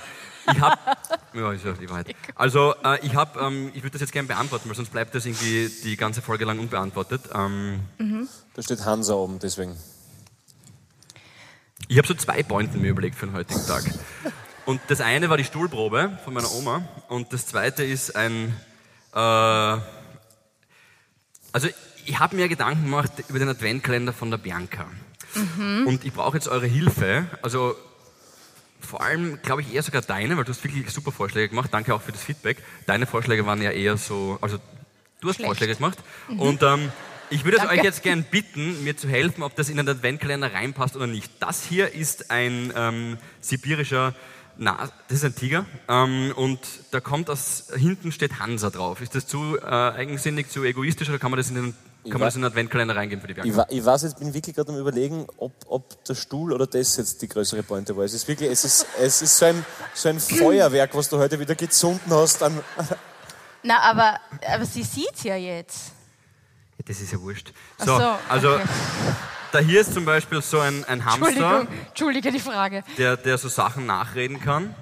[SPEAKER 3] ich habe... Ja, ist ja die Wahrheit. Also, äh, ich habe... Ähm, ich würde das jetzt gerne beantworten, weil sonst bleibt das irgendwie die ganze Folge lang unbeantwortet. Ähm,
[SPEAKER 4] Da steht Hansa oben, deswegen.
[SPEAKER 3] ich habe so zwei Pointen mir überlegt für den heutigen Tag. Und das eine war die Stuhlprobe von meiner Oma und das zweite ist ein... Äh, Also ich habe mir Gedanken gemacht über den Adventkalender von der Bianca.
[SPEAKER 2] Mhm.
[SPEAKER 3] Und ich brauche jetzt eure Hilfe. Also vor allem, glaube ich, eher sogar deine, weil du hast wirklich super Vorschläge gemacht. Danke auch für das Feedback. Deine Vorschläge waren ja eher so, also du hast
[SPEAKER 2] Schlecht. Mhm.
[SPEAKER 3] Vorschläge gemacht. Und ähm, ich würde es
[SPEAKER 2] Danke.
[SPEAKER 3] euch jetzt gern bitten, mir zu helfen, ob das in den Adventkalender reinpasst oder nicht. Das hier ist ein ähm, sibirischer, na, das ist ein Tiger. Ähm, und da kommt aus, hinten steht Hansa drauf. Ist das zu äh, eigensinnig, zu egoistisch oder kann man das in den, kann man das in den Adventkalender reingeben für die Bianca?
[SPEAKER 4] Ich, wa- ich weiß, jetzt bin wirklich gerade am überlegen, ob, ob der Stuhl oder das jetzt die größere Pointe war. Es ist wirklich, es ist, es ist so, ein, so ein Feuerwerk, was du heute wieder gezunden hast. An,
[SPEAKER 2] Na, aber, aber sie sieht ja jetzt.
[SPEAKER 3] Das ist ja wurscht.
[SPEAKER 2] Ach
[SPEAKER 3] So,
[SPEAKER 2] so,
[SPEAKER 3] also
[SPEAKER 2] okay.
[SPEAKER 3] da hier ist zum Beispiel so ein, ein Hamster,
[SPEAKER 2] Entschuldigung, Entschuldige die Frage.
[SPEAKER 3] der, der so Sachen nachreden kann.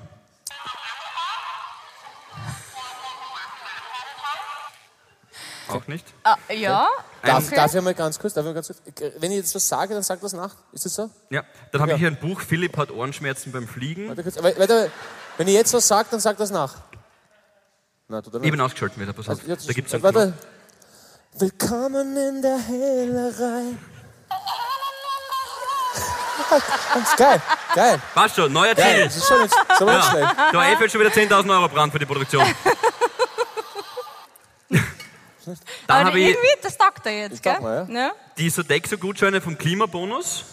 [SPEAKER 3] Auch nicht?
[SPEAKER 2] Ah, ja?
[SPEAKER 4] darf,
[SPEAKER 2] Okay.
[SPEAKER 4] darf ich mal ganz kurz, darf ich mal ganz kurz, wenn ich jetzt was sage, dann sag das nach. Ist das so?
[SPEAKER 3] Ja, dann habe
[SPEAKER 4] Ja.
[SPEAKER 3] ich hier ein Buch, Philipp hat Ohrenschmerzen beim Fliegen.
[SPEAKER 4] Warte kurz, we- warte, wenn ich jetzt was sage, dann sag das nach. Na, tut er
[SPEAKER 3] Ich
[SPEAKER 4] nicht.
[SPEAKER 3] bin ausgeschaltet, wieder, pass auf.
[SPEAKER 4] Also jetzt-
[SPEAKER 3] Da gibt's einen Knopf.
[SPEAKER 4] warte. Willkommen in der Hehlerei. Das ist geil, geil.
[SPEAKER 3] Passt schon, neuer
[SPEAKER 4] Ja,
[SPEAKER 3] Jingle.
[SPEAKER 4] das ist schon jetzt, so nicht schlecht.
[SPEAKER 3] Ja. Da fällt schon wieder 10.000 Euro Brand für die Produktion. Dann
[SPEAKER 2] Aber
[SPEAKER 3] habe ich
[SPEAKER 2] irgendwie, das taugt er jetzt,
[SPEAKER 4] taugt
[SPEAKER 2] gell?
[SPEAKER 4] mir,
[SPEAKER 2] Ne?
[SPEAKER 3] die Sodexo-Gutscheine vom Klimabonus.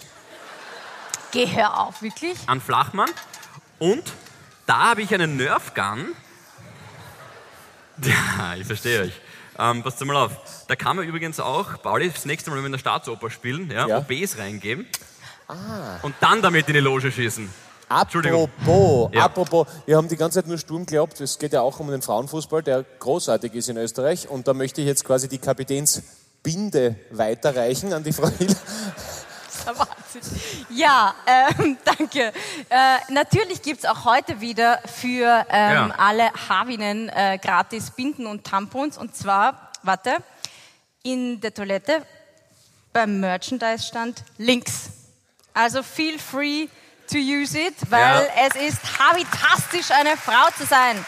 [SPEAKER 2] Geh hör auf, wirklich?
[SPEAKER 3] an Flachmann. Und da habe ich einen Nerf Gun. Ja, ich verstehe euch. Ähm, passt mal auf. Da kann man übrigens auch, Pauli, das nächste Mal, wenn wir in der Staatsoper spielen, ja,
[SPEAKER 4] Ja. Ah.
[SPEAKER 3] OBs reingeben. Und dann damit in die Loge schießen. Entschuldigung.
[SPEAKER 4] Apropos,
[SPEAKER 3] Ja.
[SPEAKER 4] apropos, wir haben die ganze Zeit nur Sturm geglaubt. Es geht ja auch um den Frauenfußball, der großartig ist in Österreich. Und da möchte ich jetzt quasi die Kapitänsbinde weiterreichen an die Frau Hill.
[SPEAKER 2] Der Wahnsinn. Ja, ähm, danke. Äh, natürlich gibt es auch heute wieder für ähm,
[SPEAKER 3] Ja.
[SPEAKER 2] alle Havinen äh, gratis Binden und Tampons. Und zwar, warte, in der Toilette beim Merchandise-Stand links. Also feel free to use it, weil
[SPEAKER 3] Ja.
[SPEAKER 2] es ist habitastisch, eine Frau zu sein.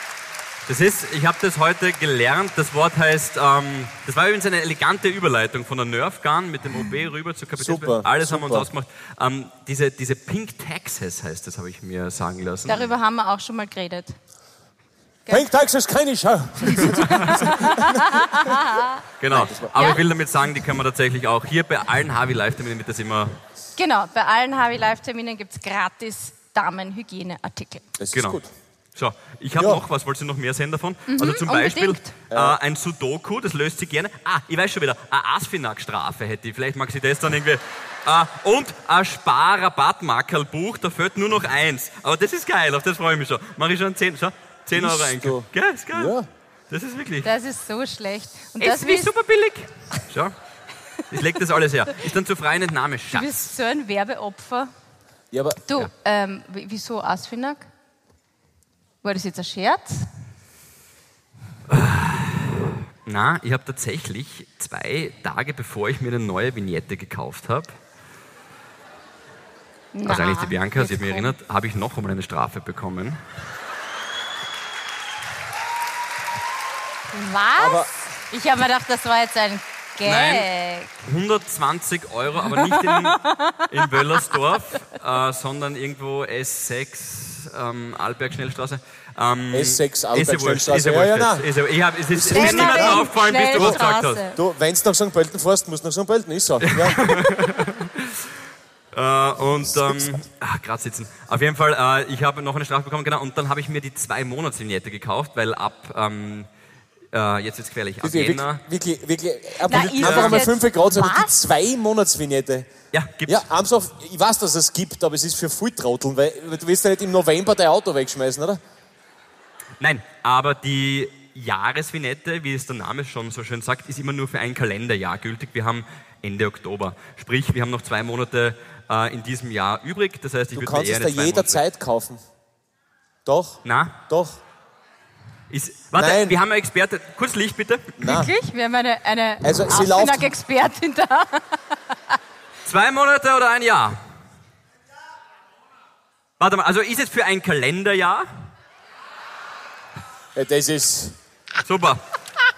[SPEAKER 3] Das ist, ich habe das heute gelernt. Das Wort heißt, ähm, das war übrigens eine elegante Überleitung von der Nerf Gun mit dem OB rüber zur Kapitän.
[SPEAKER 4] Super,
[SPEAKER 3] Alles haben wir uns
[SPEAKER 4] super.
[SPEAKER 3] ausgemacht. Ähm, diese, diese Pink Texas heißt das, habe ich mir sagen lassen.
[SPEAKER 2] Darüber haben wir auch schon mal geredet. gell?
[SPEAKER 4] Bringt Taxis keine Schau.
[SPEAKER 3] Genau. Aber
[SPEAKER 2] Ja.
[SPEAKER 3] ich will damit sagen, die kann man tatsächlich auch hier bei allen Harvey Live-Terminen wird das immer
[SPEAKER 2] Genau, bei allen Harvey Live-Terminen gibt es gratis Damenhygieneartikel.
[SPEAKER 4] Das
[SPEAKER 3] Genau.
[SPEAKER 4] ist gut.
[SPEAKER 3] So, ich habe
[SPEAKER 4] Ja.
[SPEAKER 3] noch was. Wollt ihr noch mehr sehen davon? also zum
[SPEAKER 2] Mhm, unbedingt.
[SPEAKER 3] Beispiel äh, ein Sudoku, das löst sie gerne. Ah, ich weiß schon wieder, eine Asfinag-Strafe hätte ich. Vielleicht mag sie das dann irgendwie. Äh, und ein Sparrabattmarkerl-Buch, da fehlt nur noch eins. Aber das ist geil, auf das freue ich mich schon. Mache ich schon 10, schau, 10 Euro
[SPEAKER 4] Ist
[SPEAKER 3] einkaufen.
[SPEAKER 4] du-
[SPEAKER 3] Gell, ist geil.
[SPEAKER 4] Ja.
[SPEAKER 3] Das ist wirklich.
[SPEAKER 2] Das ist so schlecht. Und
[SPEAKER 3] Das
[SPEAKER 2] das
[SPEAKER 3] ist wie
[SPEAKER 2] bist,
[SPEAKER 3] super billig. Schau, ich leg das alles her. Ist dann zu freien Entnahme.
[SPEAKER 2] du
[SPEAKER 3] Schatz.
[SPEAKER 2] bist so ein Werbeopfer.
[SPEAKER 4] Ja, aber
[SPEAKER 2] Du, ähm, w- wieso Asfinag? War das jetzt ein Scherz?
[SPEAKER 3] Na, ich habe tatsächlich zwei Tage bevor ich mir eine neue Vignette gekauft habe, also eigentlich die Bianca, sie hat
[SPEAKER 2] jetzt
[SPEAKER 3] mich
[SPEAKER 2] komm.
[SPEAKER 3] erinnert, habe ich noch einmal eine Strafe bekommen.
[SPEAKER 2] Was?
[SPEAKER 4] Aber-
[SPEAKER 2] ich habe mir gedacht, das war jetzt ein Gag.
[SPEAKER 3] Nein. 120 Euro, aber nicht in, in Wöllersdorf, äh, sondern irgendwo S6 ähm, Albergschnellstraße. Ähm, Albergschnellstraße.
[SPEAKER 4] S6 Albergschnellstraße.
[SPEAKER 3] Ist ja
[SPEAKER 4] Ja, ja,
[SPEAKER 3] wurscht
[SPEAKER 4] nein.
[SPEAKER 3] jetzt. Ist ja- ich hab- Es ist mir
[SPEAKER 2] Wenn
[SPEAKER 3] nicht
[SPEAKER 2] man
[SPEAKER 3] mehr
[SPEAKER 2] in
[SPEAKER 3] aufgefallen, bis du was gesagt hast.
[SPEAKER 2] Schnellstraße-
[SPEAKER 4] du, wenn du nach St. Pölten fährst, musst du nach St. Pölten. Ist so. Ja.
[SPEAKER 3] Äh, und ähm, ach, grad sitzen. Auf jeden Fall, äh, ich habe noch eine Strafe bekommen, genau. Und dann habe ich mir die zwei monats vignette gekauft, weil ab ähm, äh, jetzt wird's gefährlich. Ab
[SPEAKER 4] Wirklich,
[SPEAKER 3] Jänner,
[SPEAKER 4] wirklich, wirklich. Ab,
[SPEAKER 2] Na, ist
[SPEAKER 4] einfach einmal
[SPEAKER 2] jetzt-
[SPEAKER 4] 5 Grad, sondern die
[SPEAKER 2] Was?
[SPEAKER 4] zwei Monatsvignette.
[SPEAKER 3] ja, gibt's.
[SPEAKER 4] Ja, Amsdorf, ich weiß, dass es gibt, aber es ist für Volltrotteln, weil du willst ja nicht im November dein Auto wegschmeißen, oder?
[SPEAKER 3] Nein, aber die Jahresvignette, wie es der Name schon so schön sagt, ist immer nur für ein Kalenderjahr gültig. Wir haben Ende Oktober. Sprich, wir haben noch zwei Monate äh, in diesem Jahr übrig. Das heißt, ich
[SPEAKER 4] Du
[SPEAKER 3] würde
[SPEAKER 4] kannst
[SPEAKER 3] mir eher
[SPEAKER 4] es da
[SPEAKER 3] eine zwei
[SPEAKER 4] jederzeit kaufen. Doch,
[SPEAKER 3] Monate- Na,
[SPEAKER 4] doch.
[SPEAKER 3] ist, warte,
[SPEAKER 4] Nein.
[SPEAKER 3] wir haben eine Experte. Kurz Licht bitte.
[SPEAKER 2] Wirklich? Wir haben eine, eine
[SPEAKER 4] Ah. Also, sie läuft-
[SPEAKER 2] Asfinag-Expertin da.
[SPEAKER 3] Zwei Monate oder ein Jahr? Warte mal, also ist es für ein Kalenderjahr?
[SPEAKER 4] Ja, das ist.
[SPEAKER 3] Super.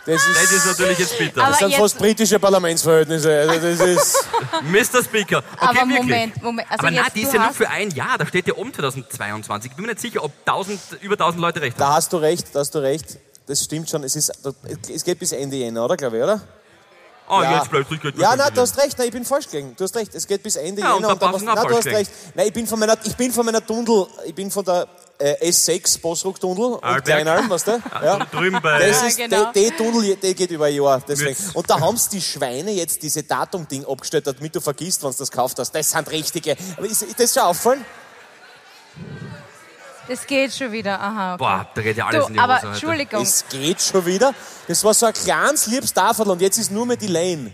[SPEAKER 4] Das ist.
[SPEAKER 3] Das ist natürlich jetzt bitter.
[SPEAKER 4] Das
[SPEAKER 2] Aber
[SPEAKER 4] sind fast
[SPEAKER 2] jetzt-
[SPEAKER 4] britische Parlamentsverhältnisse. Also das ist.
[SPEAKER 3] Mr. Speaker. Okay,
[SPEAKER 2] Aber
[SPEAKER 3] wirklich.
[SPEAKER 2] Moment, Moment. Also
[SPEAKER 3] aber
[SPEAKER 2] jetzt,
[SPEAKER 3] na, die
[SPEAKER 2] du
[SPEAKER 3] ist ja nur
[SPEAKER 2] hast-
[SPEAKER 3] für ein Jahr. Da steht ja um 2022. Ich bin mir nicht sicher, ob 1000, über 1000 Leute recht haben.
[SPEAKER 4] Da hast du recht, da hast du recht. Das stimmt schon. Es, ist, es geht bis Ende Jänner, oder? Glaube ich, oder?
[SPEAKER 3] Oh, jetzt plötzlich geht
[SPEAKER 4] Ja, nein, du hast recht. Nein, ich bin falsch gegangen. Du hast recht. Es geht bis Ende
[SPEAKER 3] Ja, und
[SPEAKER 4] Jänner.
[SPEAKER 3] dann
[SPEAKER 4] musst-
[SPEAKER 3] passen wir
[SPEAKER 4] nein, du
[SPEAKER 3] falsch
[SPEAKER 4] hast
[SPEAKER 3] gelegen.
[SPEAKER 4] recht. Nein, ich bin von meiner, ich bin von meiner Tundel. Ich bin von der äh, S6 Bosruck-Tundel und
[SPEAKER 3] Arlberg.
[SPEAKER 4] Kleinalm, weißt du? Ja.
[SPEAKER 3] Drüben bei.
[SPEAKER 4] Das ist,
[SPEAKER 2] Ja, genau.
[SPEAKER 4] die, die Tunnel, die geht über ein Jahr. Deswegen.
[SPEAKER 3] Mit-
[SPEAKER 4] Und da haben die Schweine jetzt diese Datum-Ding abgestellt, damit du vergisst, wenn du das gekauft hast. Das sind richtige. Aber ist, ist das schon auffallen?
[SPEAKER 2] Das geht schon wieder. Aha. Okay.
[SPEAKER 3] Boah, da geht ja alles
[SPEAKER 2] Du,
[SPEAKER 3] in die Hose.
[SPEAKER 2] aber
[SPEAKER 3] heute.
[SPEAKER 2] Entschuldigung,
[SPEAKER 4] Es geht schon wieder. Das war so ein kleines liebes Tafel und jetzt ist nur mehr die Lane.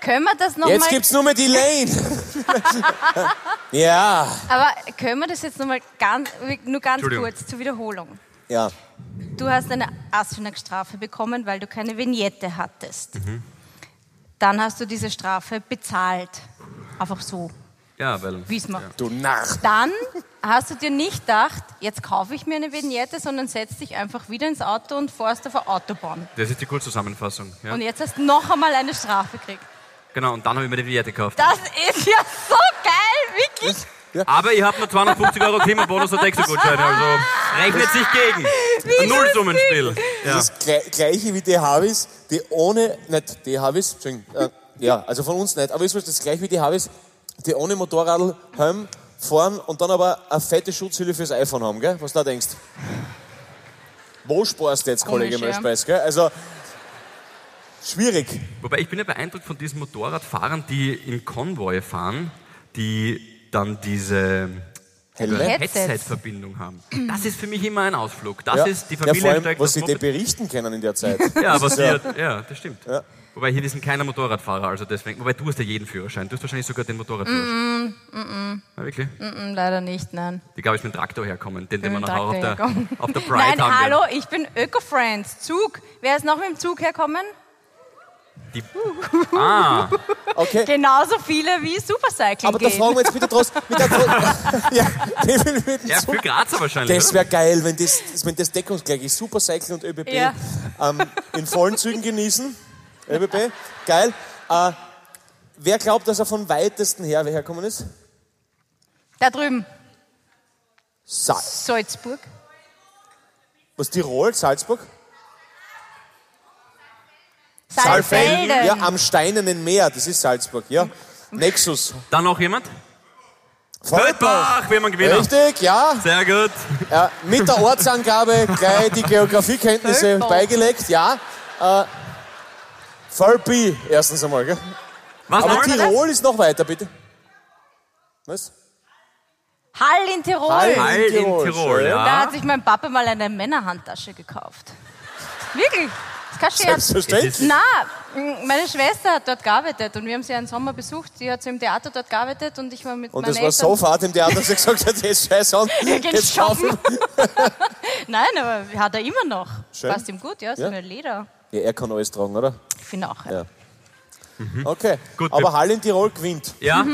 [SPEAKER 2] können wir das
[SPEAKER 4] Jetzt
[SPEAKER 2] nochmal
[SPEAKER 4] gibt's nur mehr die Lane. ja,
[SPEAKER 2] Aber können wir das jetzt nochmal ganz, nur ganz
[SPEAKER 3] Entschuldigung.
[SPEAKER 2] kurz zur Wiederholung?
[SPEAKER 4] ja.
[SPEAKER 2] Du hast eine Asfinag-Strafe bekommen, weil du keine Vignette hattest.
[SPEAKER 3] Mhm.
[SPEAKER 2] Dann hast du diese Strafe bezahlt. Einfach so,
[SPEAKER 3] Ja, weil.
[SPEAKER 2] wie es man.
[SPEAKER 4] Du Narr.
[SPEAKER 2] Dann hast du dir nicht gedacht, jetzt kaufe ich mir eine Vignette, sondern setzt dich einfach wieder ins Auto und fährst auf der Autobahn.
[SPEAKER 3] Das ist die Kurzzusammenfassung. Ja.
[SPEAKER 2] Und jetzt hast du noch einmal eine Strafe gekriegt.
[SPEAKER 3] Genau, und dann habe ich mir die Vignette gekauft.
[SPEAKER 2] Das ist ja so geil, wirklich.
[SPEAKER 3] Aber ich habe nur 250 Euro Klimabonus und Exegutschein. Also rechnet sich gegen. Ein Nullsummenspiel. Ja.
[SPEAKER 4] Das ist gle gleiche wie die Harvis, die ohne, nicht die Harvis, Entschuldigung, äh, ja, also von uns nicht, aber ist wurscht, das ist gleich wie die Harvis, die ohne Motorradl heim fahren und dann aber eine fette Schutzhülle fürs iPhone haben, gell? Was du da denkst? Wo sparst du jetzt, Kollege
[SPEAKER 2] Komisch, ja.
[SPEAKER 4] Möschbeiß, gell? Also, schwierig.
[SPEAKER 3] Wobei ich bin ja beeindruckt von diesen Motorradfahrern, die im Konvoi fahren, die dann diese
[SPEAKER 4] Helle.
[SPEAKER 2] Headsets.
[SPEAKER 3] Headset-Verbindung haben. Das ist für mich immer ein Ausflug. Das
[SPEAKER 4] Ja.
[SPEAKER 3] ist die
[SPEAKER 4] ja, vor
[SPEAKER 3] Familie
[SPEAKER 4] allem,
[SPEAKER 3] steigt
[SPEAKER 4] was
[SPEAKER 3] aufs
[SPEAKER 4] sie dir
[SPEAKER 3] Moped-
[SPEAKER 4] berichten können in der Zeit.
[SPEAKER 3] Ja, aber
[SPEAKER 4] Ja.
[SPEAKER 3] ja. ja, das stimmt. Wobei hier ist keiner Motorradfahrer, also deswegen. Wobei du hast ja jeden Führerschein. Du hast wahrscheinlich sogar den Motorradführerschein. Ja, wirklich?
[SPEAKER 2] Mm, Leider nicht, nein.
[SPEAKER 3] Die glaube ich mit dem Traktor herkommen, den, den wir
[SPEAKER 2] Mit dem
[SPEAKER 3] nachher auf der,
[SPEAKER 2] Traktor herkommen.
[SPEAKER 3] auf der Pride
[SPEAKER 2] Nein,
[SPEAKER 3] haben.
[SPEAKER 2] hallo,
[SPEAKER 3] werden.
[SPEAKER 2] ich bin Öko-Friends. Zug. Wer ist noch mit dem Zug herkommen?
[SPEAKER 3] Ah,
[SPEAKER 4] Okay.
[SPEAKER 2] Genauso viele wie Supercycling
[SPEAKER 4] Aber da
[SPEAKER 2] gehen.
[SPEAKER 4] fragen wir jetzt bitte Trost mit der Trost. ja, die will mit dem
[SPEAKER 3] ja,
[SPEAKER 4] Zug
[SPEAKER 3] für Grazer wahrscheinlich.
[SPEAKER 4] Das
[SPEAKER 3] oder?
[SPEAKER 4] wäre geil, wenn das, wenn das deckungsgleich ist. Supercycle und ÖBB
[SPEAKER 2] Ja.
[SPEAKER 4] ähm, in vollen Zügen genießen. ÖBB, geil. Äh, wer glaubt, dass er von weitesten her hergekommen ist?
[SPEAKER 2] Da drüben,
[SPEAKER 4] Sa
[SPEAKER 2] Salzburg.
[SPEAKER 4] was, Tirol, Salzburg?
[SPEAKER 2] Saalfelden.
[SPEAKER 4] Ja, am Steinernen Meer, das ist Salzburg, ja. Nexus.
[SPEAKER 3] Dann noch jemand?
[SPEAKER 4] Feldbach.
[SPEAKER 3] Feldbach, wir haben einen Gewinner.
[SPEAKER 4] Richtig, ja.
[SPEAKER 3] Sehr gut.
[SPEAKER 4] Ja, mit der Ortsangabe gleich die Geografiekenntnisse
[SPEAKER 2] Völkbach.
[SPEAKER 4] beigelegt, ja. Äh, Völpi, erstens einmal, gell?
[SPEAKER 3] Was
[SPEAKER 4] Aber
[SPEAKER 3] noch?
[SPEAKER 4] Tirol ist noch weiter, bitte. Was?
[SPEAKER 2] Hall in Tirol.
[SPEAKER 4] Hall.
[SPEAKER 3] All in
[SPEAKER 4] Tirol,
[SPEAKER 3] Tirol,
[SPEAKER 2] Da
[SPEAKER 3] ja.
[SPEAKER 2] hat sich mein Papa mal eine Männerhandtasche gekauft. Wirklich? Das ist kein Scherz.
[SPEAKER 4] Selbstverständlich.
[SPEAKER 2] Na, meine Schwester hat dort gearbeitet und wir haben sie einen Sommer besucht. Sie hat so im Theater dort gearbeitet und ich war mit
[SPEAKER 4] Und
[SPEAKER 2] meinen
[SPEAKER 4] das war so fad im Theater, dass er gesagt hat, jetzt scheiß an.
[SPEAKER 2] gehen
[SPEAKER 4] Jetzt
[SPEAKER 2] shoppen.
[SPEAKER 4] kaufen.
[SPEAKER 2] Nein, aber hat er immer noch.
[SPEAKER 4] Schön.
[SPEAKER 2] Passt ihm gut, ja, so
[SPEAKER 4] Ja.
[SPEAKER 2] eine Leder.
[SPEAKER 4] Ja, er kann alles tragen, oder?
[SPEAKER 2] Ich finde auch.
[SPEAKER 4] Ja.
[SPEAKER 2] Ja.
[SPEAKER 4] Okay.
[SPEAKER 3] Hm. Gut,
[SPEAKER 4] Aber
[SPEAKER 3] wir-
[SPEAKER 4] Hall in Tirol gewinnt.
[SPEAKER 3] Ja,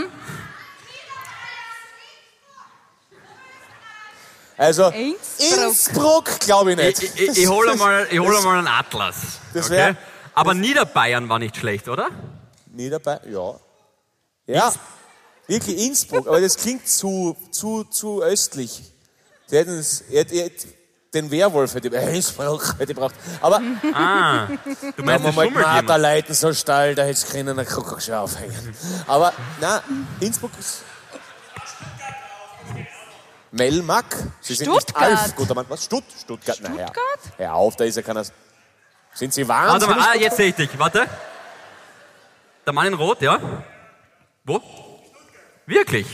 [SPEAKER 4] Also
[SPEAKER 2] Innsbruck.
[SPEAKER 4] Innsbruck glaube ich
[SPEAKER 3] ich,
[SPEAKER 4] nicht.
[SPEAKER 3] ich, ich hole mal, ich hol
[SPEAKER 4] das-
[SPEAKER 3] mal einen Atlas.
[SPEAKER 4] das
[SPEAKER 3] Okay?
[SPEAKER 4] wär-
[SPEAKER 3] Aber Niederbayern war nicht schlecht, oder?
[SPEAKER 4] Niederbayern, ja. Ja, wirklich Innsbruck, aber das klingt zu, zu, zu östlich. Die hätten es, die hätten- die hätten- den Werwolf hätte ich, äh, Innsbruck hätte ich braucht. Aber wenn
[SPEAKER 3] Ah, du meinst,
[SPEAKER 4] wir
[SPEAKER 3] es
[SPEAKER 4] mal
[SPEAKER 3] schummelt
[SPEAKER 4] Krater
[SPEAKER 3] jemand.
[SPEAKER 4] leiten, so steil, da hätte es keinen einen Kuckuck schon aufhängen. Aber na, Innsbruck ist. Melmack, Sie sind nicht
[SPEAKER 2] Stuttgart.
[SPEAKER 4] Alf, guter Mann. Was? Stutt, Stuttgart, Stuttgart? Na,
[SPEAKER 2] Stuttgart?
[SPEAKER 4] hör, hör auf, da ist ja keiner. Sind Sie wahnsinnig?
[SPEAKER 3] Warte mal, ah, jetzt sehe ich dich. Warte. Der Mann in Rot, ja? Wo? Wirklich?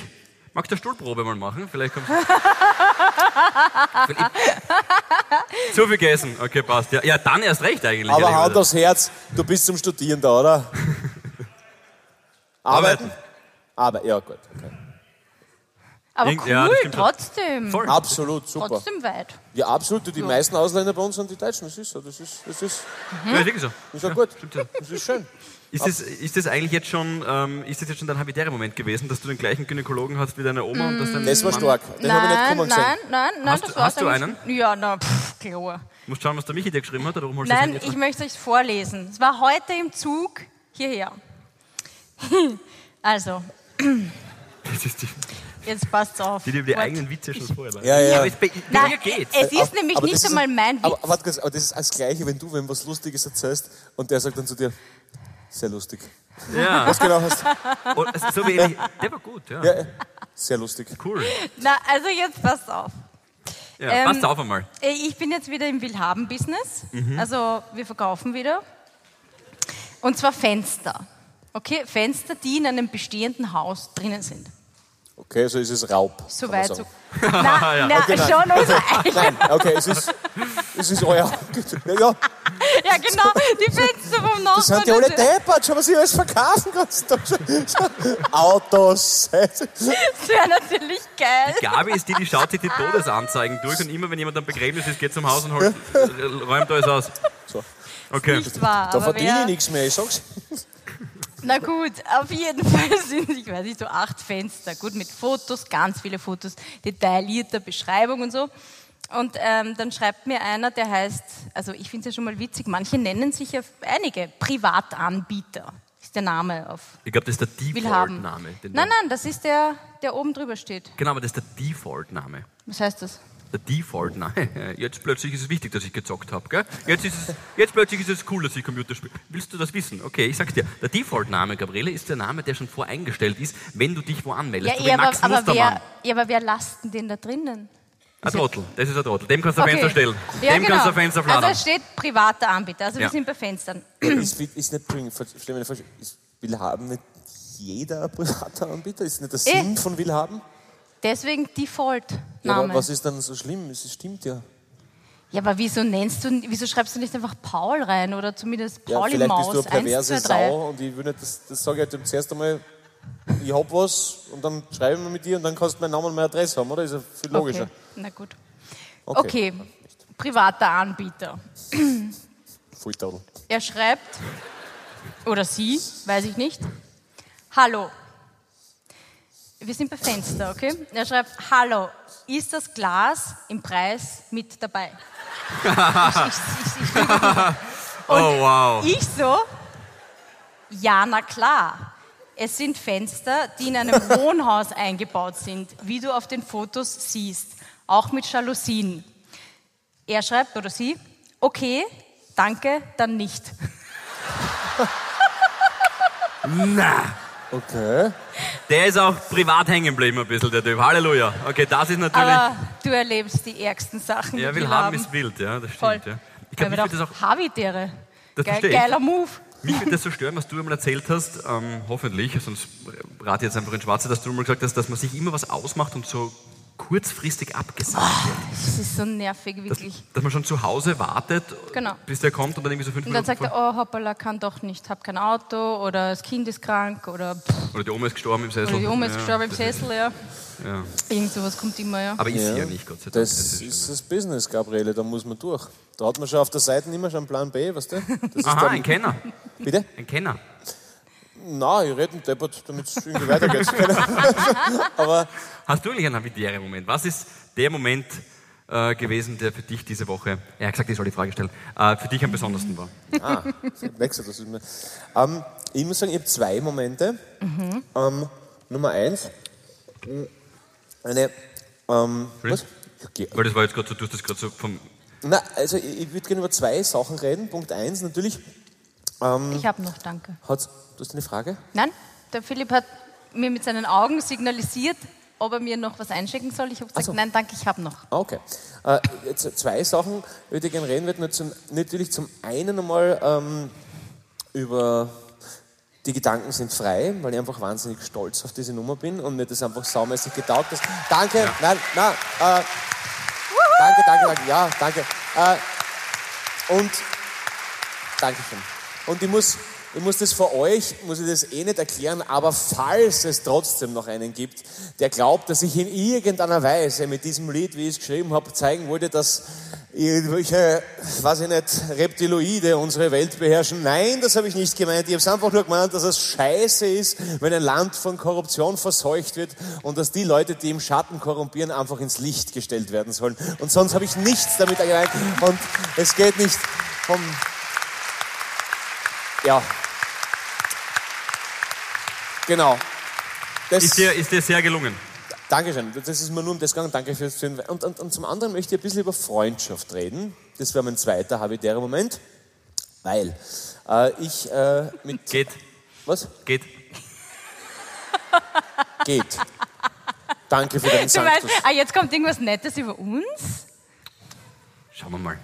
[SPEAKER 3] Magst du eine Stuhlprobe mal machen? Vielleicht kommst du. Zu viel gegessen. Okay, passt. Ja, ja dann erst recht eigentlich.
[SPEAKER 4] Aber
[SPEAKER 3] ehrlicherweise.
[SPEAKER 4] Hand aufs Herz, du bist zum Studieren da, oder? Arbeiten?
[SPEAKER 3] Arbeiten.
[SPEAKER 4] Aber ja, gut. Okay.
[SPEAKER 2] Aber
[SPEAKER 3] Irgend-
[SPEAKER 2] cool,
[SPEAKER 3] ja, das stimmt schon.
[SPEAKER 2] trotzdem.
[SPEAKER 3] Voll.
[SPEAKER 4] Absolut, super.
[SPEAKER 2] Trotzdem weit.
[SPEAKER 4] Ja, absolut. Die meisten Ausländer bei uns sind die Deutschen. Das ist so, das ist, das ist,
[SPEAKER 3] Ja, ist wirklich so.
[SPEAKER 4] das ist ja gut.
[SPEAKER 3] stimmt ja.
[SPEAKER 4] Das ist schön.
[SPEAKER 3] Ist das, ist das eigentlich jetzt schon, ähm, ist das jetzt schon dein habitäre Moment gewesen, dass du den gleichen Gynäkologen hast wie deine Oma und dass dein
[SPEAKER 4] Mm. Das war
[SPEAKER 3] Mann-
[SPEAKER 4] stark. Den habe ich nicht
[SPEAKER 2] Nein, nein,
[SPEAKER 4] kommen gesehen.
[SPEAKER 2] nein, nein,
[SPEAKER 3] Hast
[SPEAKER 2] das
[SPEAKER 3] du-
[SPEAKER 2] war's
[SPEAKER 3] hast du
[SPEAKER 2] eigentlich. Ja, na, pff, klar.
[SPEAKER 3] Du musst schauen, was der Michi dir geschrieben hat, oder warum holst du
[SPEAKER 2] Nein,
[SPEAKER 3] das Handy
[SPEAKER 2] ich
[SPEAKER 3] jetzt
[SPEAKER 2] möchte es euch vorlesen. Es war heute im Zug hierher. Also,
[SPEAKER 3] mal? Das ist die,
[SPEAKER 2] jetzt passt's auf.
[SPEAKER 3] die, die über die
[SPEAKER 2] Warte.
[SPEAKER 3] eigenen Witze schon vorher waren.
[SPEAKER 4] Ja, ja.
[SPEAKER 3] Aber es, bei, bei
[SPEAKER 2] Nein,
[SPEAKER 3] mir geht's.
[SPEAKER 2] es ist
[SPEAKER 4] Aber-
[SPEAKER 2] nämlich
[SPEAKER 4] aber
[SPEAKER 2] nicht
[SPEAKER 4] das ist-
[SPEAKER 2] einmal mein Witz.
[SPEAKER 4] Aber, warte kurz, aber das ist das Gleiche, wenn du wenn was Lustiges erzählst und der sagt dann zu dir, sehr lustig.
[SPEAKER 3] Ja.
[SPEAKER 4] Was genau hast
[SPEAKER 3] Und es ist so wie ähnlich. Der war gut, ja.
[SPEAKER 4] Ja, ja. sehr lustig.
[SPEAKER 3] Cool.
[SPEAKER 2] Na, also jetzt passt auf.
[SPEAKER 3] Ja,
[SPEAKER 2] Ähm,
[SPEAKER 3] passt auf einmal.
[SPEAKER 2] Äh, Ich bin jetzt wieder im Willhaben-Business.
[SPEAKER 3] Mhm.
[SPEAKER 2] Also wir verkaufen wieder. Und zwar Fenster. Okay, Fenster, die in einem bestehenden Haus drinnen sind.
[SPEAKER 4] Okay, so ist es Raub. kann man
[SPEAKER 2] Soweit
[SPEAKER 4] sagen.
[SPEAKER 2] so. Na,
[SPEAKER 3] Ja,
[SPEAKER 2] na
[SPEAKER 4] okay, nein.
[SPEAKER 2] schon unser eigenes.
[SPEAKER 4] Nein, okay, es ist, es ist euer. Ja,
[SPEAKER 2] Ja, genau, die Fenster vom Nachbarn.
[SPEAKER 4] Das sind ja alle deppert, schon was ich alles verkaufen kannst. Autos.
[SPEAKER 2] Das wäre natürlich geil.
[SPEAKER 3] Gabi ist die, die schaut sich die Todesanzeigen durch und immer, wenn jemand am Begräbnis ist, geht zum Haus und holt, äh, räumt alles aus.
[SPEAKER 4] So.
[SPEAKER 3] Okay.
[SPEAKER 2] Nicht wahr,
[SPEAKER 4] Da
[SPEAKER 2] aber wer-
[SPEAKER 4] verdiene ich nichts mehr, ich sag's.
[SPEAKER 2] Na gut, auf jeden Fall sind, ich weiß nicht, so acht Fenster. Gut, mit Fotos, ganz viele Fotos, detaillierter Beschreibung und so. Und ähm, dann schreibt mir einer, der heißt, also ich finde es ja schon mal witzig, manche nennen sich ja einige Privatanbieter, ist der Name auf
[SPEAKER 3] Ich glaube, das ist der
[SPEAKER 2] Willhaben.
[SPEAKER 3] Default-Name.
[SPEAKER 2] Nein,
[SPEAKER 3] den-
[SPEAKER 2] nein, das ist der, der oben drüber steht.
[SPEAKER 3] Genau, aber das ist der Default-Name.
[SPEAKER 2] Was heißt das?
[SPEAKER 3] Der Default, nein. Jetzt plötzlich ist es wichtig, dass ich gezockt habe, gell? Jetzt, ist es, jetzt plötzlich ist es cool, dass ich Computer spiele. Willst du das wissen? Okay, ich sag's dir. Der Default-Name, Gabriele, ist der Name, der schon voreingestellt ist, wenn du dich wo anmeldest.
[SPEAKER 2] Ja,
[SPEAKER 3] So wie
[SPEAKER 2] eh, aber,
[SPEAKER 3] Max
[SPEAKER 2] aber
[SPEAKER 3] Mustermann.
[SPEAKER 2] wer, ja, aber wer lasten den da drinnen?
[SPEAKER 3] Ein Trottel. Das ist ein Trottel. Dem kannst du ein Fenster stellen.
[SPEAKER 2] Ja,
[SPEAKER 3] Dem
[SPEAKER 2] genau.
[SPEAKER 3] kannst du ein Fenster
[SPEAKER 2] Also
[SPEAKER 3] fladern.
[SPEAKER 2] es steht privater Anbieter, also
[SPEAKER 3] Ja.
[SPEAKER 2] wir sind bei Fenstern.
[SPEAKER 4] ist, ist nicht bring, versteh mich nicht falsch. Ist Willhaben nicht jeder private Anbieter? Ist nicht der
[SPEAKER 2] Eh.
[SPEAKER 4] Sinn von Willhaben?
[SPEAKER 2] Deswegen
[SPEAKER 4] Ja,
[SPEAKER 2] Default-Name.
[SPEAKER 4] aber was ist dann so schlimm? Es stimmt ja.
[SPEAKER 2] Ja, aber wieso nennst du, wieso schreibst du nicht einfach Paul rein oder zumindest
[SPEAKER 4] ja
[SPEAKER 2] Pauli
[SPEAKER 4] vielleicht
[SPEAKER 2] Maus?
[SPEAKER 4] bist du eine perverse
[SPEAKER 2] 1, 2, 3.
[SPEAKER 4] Sau und ich will nicht, das, das sage ich halt zuerst einmal. Ich hab was und dann schreiben wir mit dir und dann kannst du meinen Namen und meine Adresse haben, oder? Ist ja viel logischer.
[SPEAKER 2] Okay. Na gut. Okay. privater Anbieter.
[SPEAKER 4] Volltadel.
[SPEAKER 2] Er schreibt, oder sie, weiß ich nicht. Hallo. Wir sind bei Fenster, okay? Er schreibt, hallo, ist das Glas im Preis mit dabei? ich, ich, ich, ich, ich,
[SPEAKER 3] oh, wow.
[SPEAKER 2] Ich so, ja, na klar. Es sind Fenster, die in einem Wohnhaus eingebaut sind, wie du auf den Fotos siehst, auch mit Jalousien. Er schreibt oder sie, okay, danke, dann nicht.
[SPEAKER 3] Na,
[SPEAKER 4] Okay.
[SPEAKER 3] der ist auch privat hängen geblieben ein bisschen, der Typ. Halleluja. Okay, das ist natürlich...
[SPEAKER 2] Aber Ah, du erlebst die ärgsten Sachen.
[SPEAKER 3] er
[SPEAKER 2] die
[SPEAKER 3] will
[SPEAKER 2] wir
[SPEAKER 3] haben, ist wild, ja, das
[SPEAKER 2] Voll.
[SPEAKER 3] stimmt. Ja. Ich glaube,
[SPEAKER 2] Weil
[SPEAKER 3] mich
[SPEAKER 2] wir
[SPEAKER 3] würde das auch
[SPEAKER 2] dachten, Habitäre.
[SPEAKER 3] Das
[SPEAKER 2] Geil,
[SPEAKER 3] verstehe ich.
[SPEAKER 2] geiler Move.
[SPEAKER 3] Mich würde das so stören, was du einmal erzählt hast, ähm, hoffentlich, sonst rate ich jetzt einfach ins Schwarze, dass du mal gesagt hast, dass man sich immer was ausmacht und so kurzfristig abgesagt wird.
[SPEAKER 2] Das ist so nervig,
[SPEAKER 3] Dass,
[SPEAKER 2] Ah, wirklich.
[SPEAKER 3] dass man schon zu Hause wartet,
[SPEAKER 2] Genau.
[SPEAKER 3] bis der kommt und dann irgendwie so fünf
[SPEAKER 2] Und dann
[SPEAKER 3] Minuten
[SPEAKER 2] sagt er, oh hoppala, kann doch nicht, hab kein Auto oder das Kind ist krank oder, pff,
[SPEAKER 3] vor- Oder die Oma ist gestorben im Sessel.
[SPEAKER 2] oh. oder die Oma ist
[SPEAKER 3] Ja,
[SPEAKER 2] gestorben im
[SPEAKER 3] das
[SPEAKER 2] Sessel, ja.
[SPEAKER 3] Ist, ja.
[SPEAKER 2] Irgend sowas kommt immer, ja.
[SPEAKER 3] Aber ist sie ja nicht, Gott sei Dank.
[SPEAKER 4] Das ist das Business, Gabriele, da muss man durch. Da hat man schon auf der Seite immer schon einen Plan B, weißt du? Das ist
[SPEAKER 3] Aha,
[SPEAKER 4] dann-
[SPEAKER 3] ein Kenner.
[SPEAKER 4] Bitte?
[SPEAKER 3] Ein Kenner.
[SPEAKER 4] Nein, ich rede mit Deppert, damit es irgendwie weitergeht. Aber
[SPEAKER 3] Hast du eigentlich einen habitären Moment? Was ist der Moment äh, gewesen, der für dich diese Woche, er hat gesagt, ich soll die Frage stellen, äh, für dich am besondersten war?
[SPEAKER 4] wechselt das ist mir. Ähm, ich muss sagen, ich habe zwei Momente. Ähm, Nummer eins. mh, Eine. Ähm, was? Okay.
[SPEAKER 3] Weil das war jetzt gerade so, du hast das gerade so vom...
[SPEAKER 4] Na, also ich, ich würde gerne über zwei Sachen reden. Punkt eins, natürlich
[SPEAKER 2] Ich hab noch, danke.
[SPEAKER 4] hat Du hast eine Frage?
[SPEAKER 2] Nein, der Philipp hat mir mit seinen Augen signalisiert, ob er mir noch was einschicken soll. Ich habe gesagt,
[SPEAKER 4] so.
[SPEAKER 2] nein, danke, ich habe noch.
[SPEAKER 4] Ah, okay. Äh, jetzt zwei Sachen, über die ich gerne reden würde. Zum, natürlich zum einen einmal ähm, über die Gedanken sind frei, weil ich einfach wahnsinnig stolz auf diese Nummer bin und mir das einfach saumäßig getaugt ist. Danke, nein, nein, äh, danke, danke, danke, ja, danke. Äh, und Dankeschön. Und ich muss, ich muss das vor euch, muss ich das eh nicht erklären, aber falls es trotzdem noch einen gibt, der glaubt, dass ich in irgendeiner Weise mit diesem Lied, wie ich es geschrieben habe, zeigen wollte, dass irgendwelche, weiß ich nicht, Reptiloide unsere Welt beherrschen. Nein, das habe ich nicht gemeint. Ich habe es einfach nur gemeint, dass es scheiße ist, wenn ein Land von Korruption verseucht wird und dass die Leute, die im Schatten korrumpieren, einfach ins Licht gestellt werden sollen. Und sonst habe ich nichts damit gemeint. Und es geht nicht vom ja. Genau. Das,
[SPEAKER 3] Ist dir, ist dir sehr gelungen.
[SPEAKER 4] Dankeschön. Das ist mir nur um das gegangen. Danke fürs für und, und, und zum anderen möchte ich ein bisschen über Freundschaft reden. Das wäre mein zweiter habitärer Moment. Weil äh, ich äh, mit.
[SPEAKER 3] Geht,
[SPEAKER 4] Was?
[SPEAKER 3] geht.
[SPEAKER 4] Geht. Danke für deinen
[SPEAKER 2] Du meinst,
[SPEAKER 4] Sanctus.
[SPEAKER 2] ah, jetzt kommt irgendwas Nettes über uns?
[SPEAKER 3] Schauen wir mal.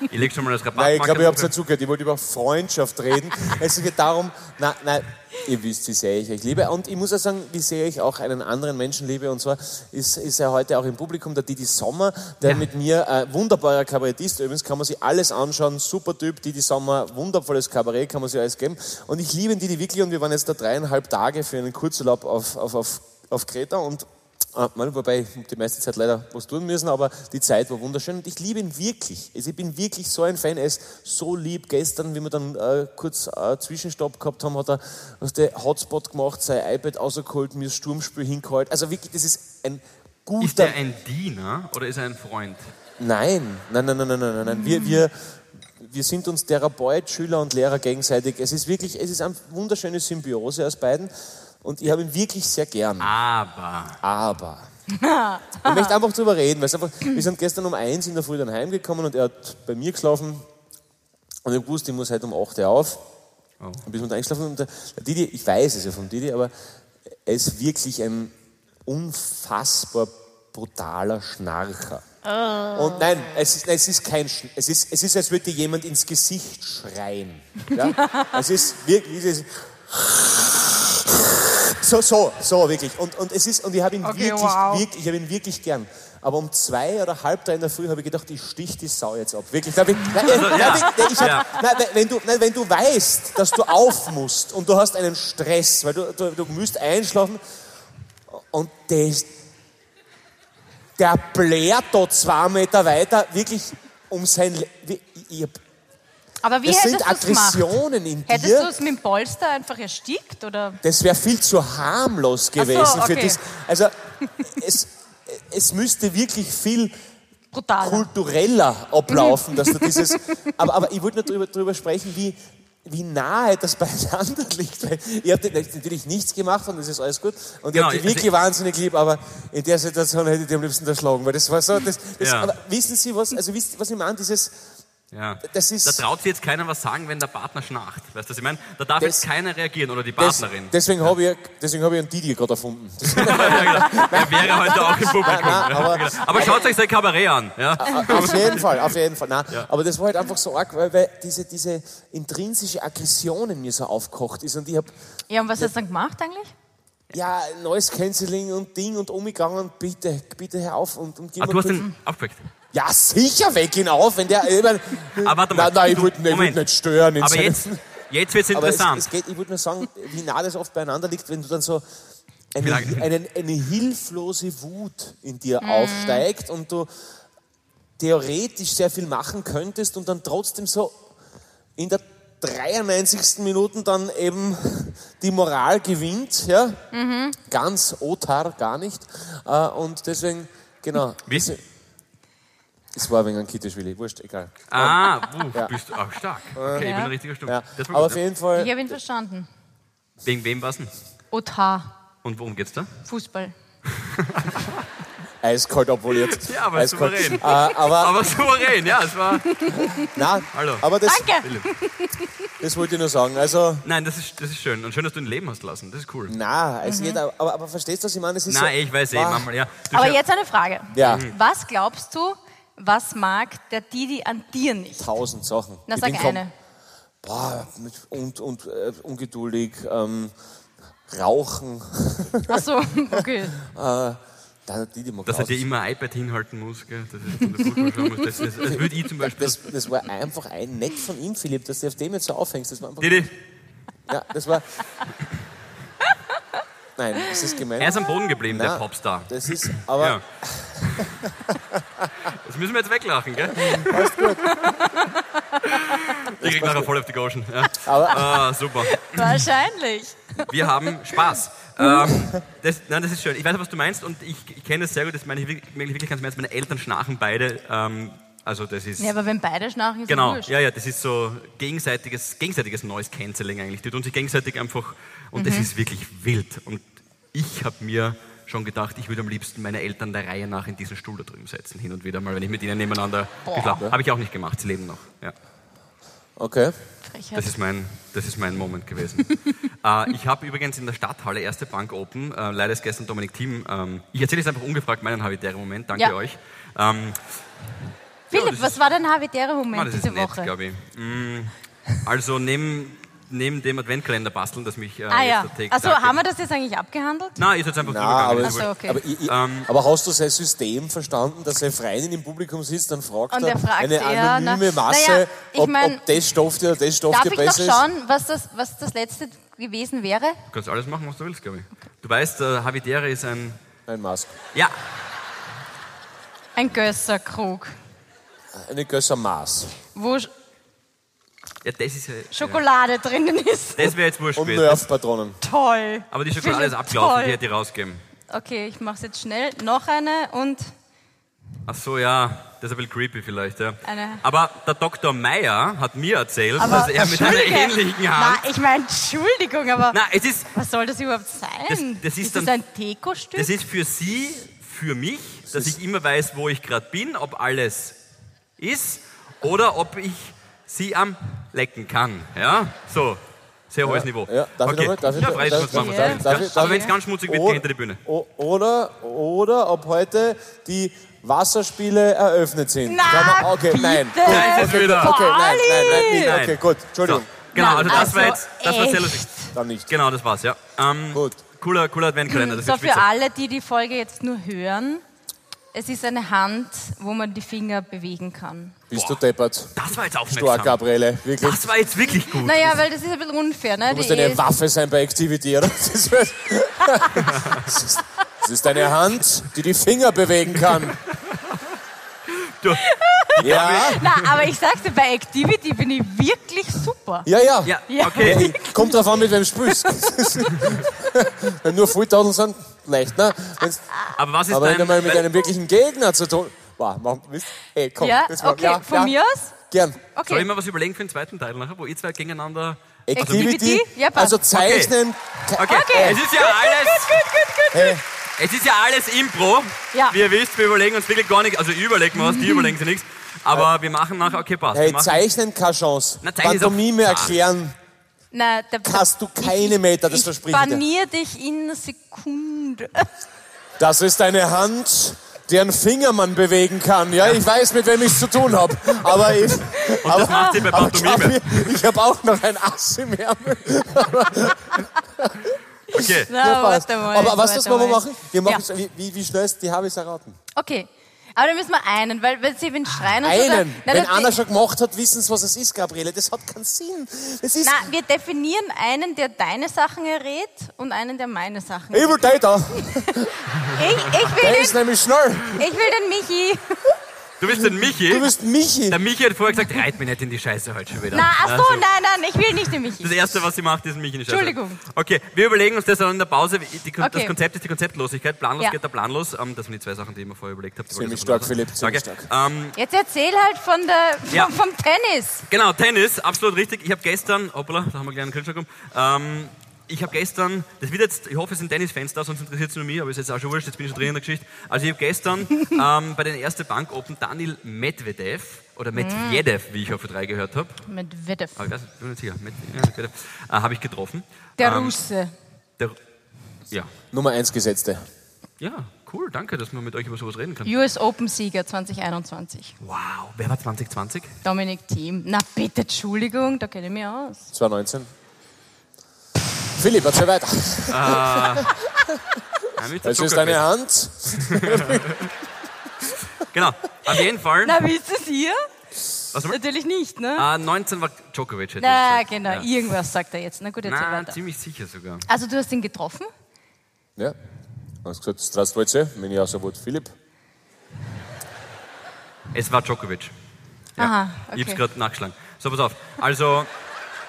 [SPEAKER 3] ich leg schon mal das Rabatt.
[SPEAKER 4] Nein, ich glaube, ich habe es nicht zugehört. Ich wollte über Freundschaft reden. es geht darum, nein, nein, ihr wisst, wie sehr ich euch liebe. Und ich muss auch sagen, wie sehr ich auch einen anderen Menschen liebe. Und zwar ist, ist er heute auch im Publikum, der Didi Sommer, der mit mir, äh, wunderbarer Kabarettist übrigens, kann man sich alles anschauen. Super Typ, Didi Sommer, wundervolles Kabarett, kann man sich alles geben. Und ich liebe ihn, Didi wirklich. Und wir waren jetzt da dreieinhalb Tage für einen Kurzurlaub auf, auf, auf, auf Kreta. Und Ah, Mann, wobei ich hab die meiste Zeit leider was tun müssen, aber die Zeit war wunderschön und ich liebe ihn wirklich. Also ich bin wirklich so ein Fan, er ist so lieb. Gestern, wie wir dann äh, kurz äh, Zwischenstopp gehabt haben, hat er aus der Hotspot gemacht, sein iPad rausgeholt, mir das Sturmspiel hingeholt. Also wirklich, das ist ein guter...
[SPEAKER 3] Ist er ein Diener oder ist er ein Freund?
[SPEAKER 4] Nein, nein, nein, nein, nein, nein, nein. nein. Wir, wir, wir sind uns Therapeut, Schüler und Lehrer gegenseitig. Es ist wirklich, es ist eine wunderschöne Symbiose aus beiden und ich habe ihn wirklich sehr gern.
[SPEAKER 3] Aber.
[SPEAKER 4] Aber. Ich möchte einfach drüber reden, weil es einfach, wir sind gestern um eins in der Früh dann heimgekommen und er hat bei mir geschlafen und ich wusste, ich muss heute um 8 Uhr auf.
[SPEAKER 3] Oh.
[SPEAKER 4] Ein bisschen eingeschlafen und der der Didi, ich weiß es ja vom Didi, aber er ist wirklich ein unfassbar brutaler Schnarcher.
[SPEAKER 2] Ah.
[SPEAKER 4] Und nein, es ist, nein, es ist kein, Schn- es ist, es ist, als würde dir jemand ins Gesicht schreien. Ja? es ist wirklich, es ist, so, so, so, wirklich. Und, und es ist, und ich habe ihn
[SPEAKER 2] Okay,
[SPEAKER 4] wirklich,
[SPEAKER 2] wow.
[SPEAKER 4] wirklich, ich habe ihn wirklich gern. Aber um zwei oder halb drei in der Früh habe ich gedacht, ich stich die Sau jetzt ab. Wirklich. Da hab ich, nein, äh, nein,
[SPEAKER 3] ja.
[SPEAKER 4] ich- nein, ich hab,
[SPEAKER 3] Ja.
[SPEAKER 4] nein, nein, wenn, du, nein, wenn du weißt, dass du auf musst und du hast einen Stress, weil du, du, du müsst einschlafen und das, der blärt da zwei Meter weiter, wirklich um sein. Le wie- ich, ich,
[SPEAKER 2] Aber wie
[SPEAKER 4] das
[SPEAKER 2] hättest
[SPEAKER 4] sind
[SPEAKER 2] du es gemacht?
[SPEAKER 4] Aggressionen in dir.
[SPEAKER 2] Hättest du es mit dem Polster einfach erstickt? Oder?
[SPEAKER 4] Das wäre viel zu harmlos gewesen für
[SPEAKER 2] okay.
[SPEAKER 4] das. Also es, es müsste wirklich viel
[SPEAKER 2] Brutal.
[SPEAKER 4] kultureller ablaufen, dass du dieses. Aber, aber ich wollte nur drüber, drüber sprechen, wie, wie nahe das beieinander liegt. Weil ihr habt natürlich nichts gemacht und das ist alles gut. Und
[SPEAKER 3] Genau,
[SPEAKER 4] ihr habt die
[SPEAKER 3] also
[SPEAKER 4] wirklich
[SPEAKER 3] ich-
[SPEAKER 4] wahnsinnig lieb, aber in der Situation hätte ich die am liebsten erschlagen, weil das war so, das, das
[SPEAKER 3] Ja.
[SPEAKER 4] aber wissen Sie was, also wisst, was ich meine, dieses,
[SPEAKER 3] Ja.
[SPEAKER 4] Das ist-
[SPEAKER 3] da traut sich jetzt keiner was sagen, wenn der Partner schnarcht. Weißt du, was ich meine? Da darf
[SPEAKER 4] Das-
[SPEAKER 3] jetzt keiner reagieren oder die
[SPEAKER 4] des,
[SPEAKER 3] Partnerin. genau.
[SPEAKER 4] deswegen habe ich, deswegen habe ich einen Didi gerade erfunden. Das,
[SPEAKER 3] Er wäre heute auch im Publikum.
[SPEAKER 4] nein, aber-
[SPEAKER 3] aber schaut euch sein Kabarett an. Ja?
[SPEAKER 4] auf jeden Fall, auf jeden Fall. Nein, Aber das war halt einfach so arg, weil, weil diese, diese intrinsische Aggression in mir so aufgekocht ist und ich habe
[SPEAKER 2] Ja, und was hast du dann gemacht eigentlich?
[SPEAKER 4] ja, neues Canceling und Ding und umgegangen, bitte, bitte hör auf und, und gib
[SPEAKER 3] Ah,
[SPEAKER 4] mir
[SPEAKER 3] du hast
[SPEAKER 4] bitte-
[SPEAKER 3] den aufgeweckt.
[SPEAKER 4] Ja, sicher weg ihn auf, wenn der. Ich mein,
[SPEAKER 3] Ah, warte mal.
[SPEAKER 4] Nein, nein, ich
[SPEAKER 3] Du-
[SPEAKER 4] wollte ihn- ich wollte
[SPEAKER 3] Moment.
[SPEAKER 4] ihn nicht stören. in
[SPEAKER 3] Aber
[SPEAKER 4] seinem-
[SPEAKER 3] jetzt, jetzt wird es
[SPEAKER 4] Aber es,
[SPEAKER 3] interessant.
[SPEAKER 4] es geht, ich wollte nur sagen, wie nah das oft beieinander liegt, wenn du dann so eine,
[SPEAKER 3] Dank.
[SPEAKER 4] einen- eine hilflose Wut in dir aufsteigt und du theoretisch sehr viel machen könntest und dann trotzdem so in der 93. Minute dann eben die Moral gewinnt, ja? Ganz otar, gar nicht. Äh, Und deswegen, genau.
[SPEAKER 3] Wie-
[SPEAKER 4] Es- Es war wegen ein Kittischwilli, wurscht, egal.
[SPEAKER 3] ah, wuh, bist du auch stark. Okay, ich bin
[SPEAKER 2] Ja.
[SPEAKER 3] ein richtiger Stumpf.
[SPEAKER 4] Ja.
[SPEAKER 3] Das war
[SPEAKER 4] Aber
[SPEAKER 3] gut,
[SPEAKER 4] auf
[SPEAKER 3] ja.
[SPEAKER 4] jeden Fall.
[SPEAKER 2] Ich habe ihn verstanden.
[SPEAKER 3] Wegen wem war's denn?
[SPEAKER 2] Otar,
[SPEAKER 3] Und worum geht's da?
[SPEAKER 2] Fußball.
[SPEAKER 4] Eiskalt obvoliert.
[SPEAKER 3] Ja, aber
[SPEAKER 4] Eiskalt.
[SPEAKER 3] souverän.
[SPEAKER 4] Äh, aber,
[SPEAKER 3] Aber souverän, ja, es war.
[SPEAKER 4] na,
[SPEAKER 3] Hallo.
[SPEAKER 4] aber das,
[SPEAKER 2] Danke!
[SPEAKER 3] Philipp.
[SPEAKER 4] das wollte ich nur sagen. Also,
[SPEAKER 3] Nein, das ist, das ist schön. Und schön, dass du ein Leben hast lassen. Das ist cool.
[SPEAKER 4] na, also
[SPEAKER 2] Mhm.
[SPEAKER 4] jeder, aber, aber verstehst du, was ich meine? Das ist
[SPEAKER 3] Nein,
[SPEAKER 4] so,
[SPEAKER 3] ich weiß eh,
[SPEAKER 4] Ah,
[SPEAKER 3] manchmal, ja. Du
[SPEAKER 2] Aber
[SPEAKER 3] schau-
[SPEAKER 2] jetzt eine Frage.
[SPEAKER 4] Ja.
[SPEAKER 2] Was glaubst du, was mag der Didi an dir nicht?
[SPEAKER 4] Tausend Sachen.
[SPEAKER 2] Na,
[SPEAKER 4] Ich
[SPEAKER 2] sag
[SPEAKER 4] bin kom-
[SPEAKER 2] eine.
[SPEAKER 4] Boah, mit, und, und äh, ungeduldig, ähm, rauchen.
[SPEAKER 2] Ach so, okay.
[SPEAKER 4] Da, die, die mag
[SPEAKER 3] Dass er dir
[SPEAKER 4] tausend-
[SPEAKER 3] immer ein iPad hinhalten muss, gell? Das ist, und der Fußball schauen muss. Das, das, das würde ich zum Beispiel.
[SPEAKER 4] das, das war einfach ein nett von ihm, Philipp, dass du auf dem jetzt so aufhängst. Das war einfach,
[SPEAKER 3] Didi,
[SPEAKER 4] ja, das war. Nein, das ist gemein.
[SPEAKER 3] er ist am Boden geblieben,
[SPEAKER 4] Na,
[SPEAKER 3] der Popstar.
[SPEAKER 4] Das ist, aber
[SPEAKER 3] Ja. Das müssen wir jetzt weglachen, gell? Ich krieg nachher voll auf die Goschen. Ja. Ah, super.
[SPEAKER 2] Wahrscheinlich.
[SPEAKER 3] Wir haben Spaß. ähm, das, nein, das ist schön. Ich weiß, was du meinst und ich, ich kenne das sehr gut. Das meine ich wirklich, wirklich ganz im Ernst. Meine Eltern schnarchen beide. Ähm, also das ist...
[SPEAKER 2] Ja, aber wenn beide schnarchen, ist
[SPEAKER 3] Genau,
[SPEAKER 2] es wurscht.
[SPEAKER 3] ja, ja, das ist so gegenseitiges, gegenseitiges Noise Cancelling eigentlich. Die tun sich gegenseitig einfach und es ist wirklich wild. Und ich habe mir schon gedacht, ich würde am liebsten meine Eltern der Reihe nach in diesen Stuhl da drüben setzen, hin und wieder mal, wenn ich mit ihnen nebeneinander geschlafen Habe ich auch nicht gemacht, sie leben noch. Ja,
[SPEAKER 4] okay.
[SPEAKER 2] Frechheit.
[SPEAKER 3] das, ist mein, das ist mein Moment gewesen. äh, ich habe übrigens in der Stadthalle erste Bank Open, äh, leider ist gestern Dominik Thiem, ähm, ich erzähle jetzt einfach ungefragt meinen habitären Moment, danke
[SPEAKER 2] Ja.
[SPEAKER 3] euch. Ähm, ja,
[SPEAKER 2] Philipp,
[SPEAKER 3] das
[SPEAKER 2] was war dein habitärer
[SPEAKER 3] Mann,
[SPEAKER 2] Moment
[SPEAKER 3] Ah, das ist
[SPEAKER 2] diese
[SPEAKER 3] nett,
[SPEAKER 2] Woche?
[SPEAKER 3] glaube ich. Mm, also neben, neben dem Adventkalender basteln, das mich äh,
[SPEAKER 2] ah ja.
[SPEAKER 3] jetzt der Tag-
[SPEAKER 2] Also
[SPEAKER 3] Tag-
[SPEAKER 2] haben wir das jetzt eigentlich abgehandelt?
[SPEAKER 3] Nein, ist jetzt einfach
[SPEAKER 4] Na, aber,
[SPEAKER 3] drüber
[SPEAKER 2] Ach so, okay.
[SPEAKER 4] aber, ich, ich,
[SPEAKER 3] Ähm,
[SPEAKER 4] aber hast du sein System verstanden, dass eine Freundin im Publikum sitzt, dann fragt,
[SPEAKER 2] Und
[SPEAKER 4] er
[SPEAKER 2] er fragt
[SPEAKER 4] eine
[SPEAKER 2] eher
[SPEAKER 4] anonyme
[SPEAKER 2] nach-
[SPEAKER 4] Masse,
[SPEAKER 2] Naja, ich
[SPEAKER 4] ob,
[SPEAKER 2] mein-
[SPEAKER 4] ob das Stoff dir oder das Stoff
[SPEAKER 2] Darf
[SPEAKER 4] dir
[SPEAKER 2] ich noch
[SPEAKER 4] besser
[SPEAKER 2] schauen, was das, was das letzte gewesen wäre?
[SPEAKER 3] Du kannst alles machen, was du willst, glaube ich. Du weißt, äh, Havidere ist ein...
[SPEAKER 4] ist. Nein, Mask.
[SPEAKER 3] Ja,
[SPEAKER 2] Ein Gösserkrug.
[SPEAKER 4] Eine größere Maß.
[SPEAKER 2] Wo
[SPEAKER 3] ja das ist ja...
[SPEAKER 2] Schokolade drinnen ist.
[SPEAKER 3] Das wäre jetzt wurscht
[SPEAKER 4] Und
[SPEAKER 3] gewesen.
[SPEAKER 4] Nerf-Patronen.
[SPEAKER 2] Toll.
[SPEAKER 3] Aber die Schokolade
[SPEAKER 2] Philipp,
[SPEAKER 3] ist abgelaufen,
[SPEAKER 2] toll.
[SPEAKER 3] die hätte ich rausgeben.
[SPEAKER 2] Okay, ich mach's jetzt schnell. Noch eine und
[SPEAKER 3] Ach so, ja, das ist ein bisschen creepy vielleicht, ja.
[SPEAKER 2] Eine-
[SPEAKER 3] Aber der Dr. Meyer hat mir erzählt,
[SPEAKER 2] Aber
[SPEAKER 3] dass er mit einer
[SPEAKER 2] Entschuldige.
[SPEAKER 3] ähnlichen Hand...
[SPEAKER 2] Na, ich meine, Entschuldigung, aber
[SPEAKER 3] Na, es ist...
[SPEAKER 2] was soll das überhaupt sein?
[SPEAKER 3] Das- das ist
[SPEAKER 2] das
[SPEAKER 3] dann-
[SPEAKER 2] ein Dekostück?
[SPEAKER 3] Das ist für Sie, für mich, dass ich immer weiß, wo ich gerade bin, ob alles ist oder ob ich Sie am lecken kann. Ja, so. Sehr hohes Niveau.
[SPEAKER 4] ja. Darf ich nochmal? Darf ich-
[SPEAKER 3] ja, freilich,
[SPEAKER 4] darf-
[SPEAKER 3] was machen wir
[SPEAKER 4] darf-
[SPEAKER 3] sonst?
[SPEAKER 4] darf ich- darf
[SPEAKER 3] Aber wenn
[SPEAKER 4] ich-
[SPEAKER 3] es ganz schmutzig wird,
[SPEAKER 4] Oh.
[SPEAKER 3] geh hinter die Bühne.
[SPEAKER 4] O oder, oder ob heute die Wasserspiele eröffnet sind.
[SPEAKER 2] Na,
[SPEAKER 4] Kann man- okay,
[SPEAKER 2] bitte.
[SPEAKER 4] nein.
[SPEAKER 2] Da
[SPEAKER 3] ist es
[SPEAKER 4] okay,
[SPEAKER 3] wieder.
[SPEAKER 4] Okay, nein, nein, nein, nicht.
[SPEAKER 3] Nein.
[SPEAKER 4] Okay, gut.
[SPEAKER 3] So,
[SPEAKER 4] Entschuldigung.
[SPEAKER 3] genau, also
[SPEAKER 2] Nein,
[SPEAKER 3] das war
[SPEAKER 2] also
[SPEAKER 3] jetzt, das war sehr
[SPEAKER 2] echt.
[SPEAKER 3] lustig.
[SPEAKER 4] Dann nicht.
[SPEAKER 3] Genau, das war's, ja. Ähm,
[SPEAKER 4] Gut.
[SPEAKER 3] Cooler, cooler Adventkalender, das
[SPEAKER 2] so
[SPEAKER 3] wird
[SPEAKER 2] für
[SPEAKER 3] spitze.
[SPEAKER 2] alle, die die Folge jetzt nur hören, es ist eine Hand, wo man die Finger bewegen kann.
[SPEAKER 4] Bist
[SPEAKER 3] Boah.
[SPEAKER 4] du deppert?
[SPEAKER 3] Das war jetzt
[SPEAKER 4] Du, eine
[SPEAKER 3] aufmerksam.
[SPEAKER 4] Gabriele, wirklich.
[SPEAKER 3] Das war jetzt wirklich gut.
[SPEAKER 2] Naja, weil das ist ein bisschen unfair, ne?
[SPEAKER 4] Du musst
[SPEAKER 2] Die
[SPEAKER 4] eine
[SPEAKER 2] eh-
[SPEAKER 4] Waffe sein bei Activity, oder? Das ist, das ist- das ist eine Hand, die die Finger bewegen kann.
[SPEAKER 3] Du-
[SPEAKER 4] Ja,
[SPEAKER 2] Na, aber ich sag's dir, bei Activity bin ich wirklich super.
[SPEAKER 4] ja, ja.
[SPEAKER 3] Ja,
[SPEAKER 2] Ja.
[SPEAKER 3] okay.
[SPEAKER 4] Kommt drauf an, mit wem du spielst. Wenn nur Fulltadeln sind, leicht, ne? Wenn's,
[SPEAKER 3] Aber was ist
[SPEAKER 4] aber wenn
[SPEAKER 3] dein...
[SPEAKER 4] du mal mit einem wirklichen Gegner zu tun... Boah, mach, wisst- ey, komm,
[SPEAKER 2] Ja,
[SPEAKER 4] jetzt mal-
[SPEAKER 2] okay, von mir aus.
[SPEAKER 4] Gern.
[SPEAKER 3] Soll ich
[SPEAKER 2] Okay.
[SPEAKER 3] mir was überlegen für den zweiten Teil nachher, wo ihr zwei gegeneinander.
[SPEAKER 4] Activity.
[SPEAKER 2] Ja, passt.
[SPEAKER 4] also zeichnen.
[SPEAKER 3] Okay,
[SPEAKER 2] Okay.
[SPEAKER 3] es ist ja alles.
[SPEAKER 2] Gut, gut, gut.
[SPEAKER 4] Hey,
[SPEAKER 3] Es ist ja alles Impro.
[SPEAKER 2] Ja.
[SPEAKER 3] Wie ihr wisst, wir überlegen uns wirklich gar nichts. Also ich überlege mir was, die überlegen sich nichts. Aber wir machen nachher, okay, passt. wir
[SPEAKER 4] hey,
[SPEAKER 3] machen,
[SPEAKER 4] zeichnen keine Chance.
[SPEAKER 3] Na, zeichnen ist auch-
[SPEAKER 4] Pantomime
[SPEAKER 3] Ah.
[SPEAKER 4] erklären.
[SPEAKER 2] Na, der,
[SPEAKER 4] Hast du keine Meter, das
[SPEAKER 2] ich
[SPEAKER 4] versprich ich dir.
[SPEAKER 2] banier dich in einer Sekunde.
[SPEAKER 4] Das ist eine Hand, deren Finger man bewegen kann. Ja, ich weiß, mit wem ich es zu tun habe. Aber ich. Und aber,
[SPEAKER 3] macht sie bei
[SPEAKER 4] aber
[SPEAKER 3] Pantomime.
[SPEAKER 4] glaub mir, ich habe auch noch ein Ass im Ärmel.
[SPEAKER 3] okay.
[SPEAKER 2] Na,
[SPEAKER 4] Ja, passt.
[SPEAKER 2] warte Oh, mal,
[SPEAKER 4] aber was
[SPEAKER 2] warte
[SPEAKER 4] müssen wir mal machen? Wir machen
[SPEAKER 2] Ja.
[SPEAKER 4] wie, wie, wie schnell ist die habe ich erraten?
[SPEAKER 2] Okay. Aber dann müssen wir einen, weil wenn sie wenn schreien und so, dann-
[SPEAKER 4] Einen.
[SPEAKER 2] Nein,
[SPEAKER 4] Wenn
[SPEAKER 2] das-
[SPEAKER 4] Anna schon gemacht hat, wissen sie, was es ist, Gabriele. Das hat keinen Sinn. Das ist
[SPEAKER 2] Na, wir definieren einen, der deine Sachen errät und einen, der meine Sachen errät.
[SPEAKER 4] Evil Data.
[SPEAKER 2] Ich, ich, will
[SPEAKER 4] Der ist
[SPEAKER 2] den,
[SPEAKER 4] nämlich schnell.
[SPEAKER 2] ich will den Michi.
[SPEAKER 3] Du bist ein
[SPEAKER 4] Du
[SPEAKER 3] Michi.
[SPEAKER 4] bist Michi.
[SPEAKER 3] Der Michi hat vorher gesagt, reit mich nicht in die Scheiße heute schon wieder.
[SPEAKER 2] Na, ach
[SPEAKER 3] Ja,
[SPEAKER 2] so, nein, nein, ich will nicht den Michi.
[SPEAKER 3] Das erste, was sie macht, ist mich in die Scheiße.
[SPEAKER 2] Entschuldigung.
[SPEAKER 3] Okay, wir überlegen uns das dann in der Pause. Die, Kon- Das
[SPEAKER 2] Okay.
[SPEAKER 3] Konzept ist die Konzeptlosigkeit. Planlos
[SPEAKER 2] Ja.
[SPEAKER 3] geht der Planlos. Ähm, das sind die zwei Sachen, die ich mir vorher überlegt habe. Die wollte
[SPEAKER 4] Ziemlich
[SPEAKER 3] ich jetzt
[SPEAKER 4] stark,
[SPEAKER 3] noch sagen.
[SPEAKER 4] Philipp, ziemlich
[SPEAKER 3] Danke. Ähm,
[SPEAKER 2] Jetzt erzähl halt von der, vom,
[SPEAKER 3] Ja.
[SPEAKER 2] vom Tennis.
[SPEAKER 3] genau, Tennis, absolut richtig. Ich habe gestern, hoppla, da haben wir gleich einen Kühlschrank um. Ähm, ich habe gestern, das wird jetzt, ich hoffe, es sind Tennisfans da, sonst interessiert es nur mich, aber ist jetzt auch schon wurscht, jetzt bin ich schon drin in der Geschichte. Also ich habe gestern ähm, bei den ersten Bank Open Daniel Medvedev oder
[SPEAKER 2] Hm.
[SPEAKER 3] Medvedev, wie ich auf 3 gehört habe.
[SPEAKER 2] Mit Witte.
[SPEAKER 3] Aber ich weiß, nicht, bin mir nicht sicher. Medvedev, ja, Medvedev, äh, habe ich getroffen.
[SPEAKER 2] Der
[SPEAKER 3] Ähm,
[SPEAKER 2] Russe.
[SPEAKER 3] Der, ja,
[SPEAKER 4] Nummer 1 Gesetzte.
[SPEAKER 3] Ja, cool, danke, dass man mit euch über sowas reden kann.
[SPEAKER 2] US Open Sieger 2021.
[SPEAKER 3] Wow, wer war 2020?
[SPEAKER 2] Dominik Thiem. Na bitte, Entschuldigung, da kenne ich mich aus.
[SPEAKER 4] 2019. Philipp, erzähl weiter.
[SPEAKER 3] Nein, mit der
[SPEAKER 4] Es ist
[SPEAKER 3] Zuckerquelle.
[SPEAKER 4] eine Hand.
[SPEAKER 3] Genau, auf jeden Fall.
[SPEAKER 2] Na, wisst ihr es hier?
[SPEAKER 3] Was haben wir?
[SPEAKER 2] Natürlich nicht, ne?
[SPEAKER 3] Ah, 19 war Djokovic. hätte ich
[SPEAKER 2] Na,
[SPEAKER 3] gesagt.
[SPEAKER 2] genau,
[SPEAKER 3] Ja.
[SPEAKER 2] irgendwas sagt er jetzt. Na gut, erzähl
[SPEAKER 3] Na,
[SPEAKER 2] weiter.
[SPEAKER 3] ziemlich sicher sogar.
[SPEAKER 2] Also, du hast ihn getroffen?
[SPEAKER 4] Ja. Hast gesagt, Strastwolze, wenn ich halt auch so wollte, Philipp.
[SPEAKER 3] Es war Djokovic.
[SPEAKER 2] Aha, okay.
[SPEAKER 3] Ich hab's gerade nachgeschlagen. So, pass auf. Also,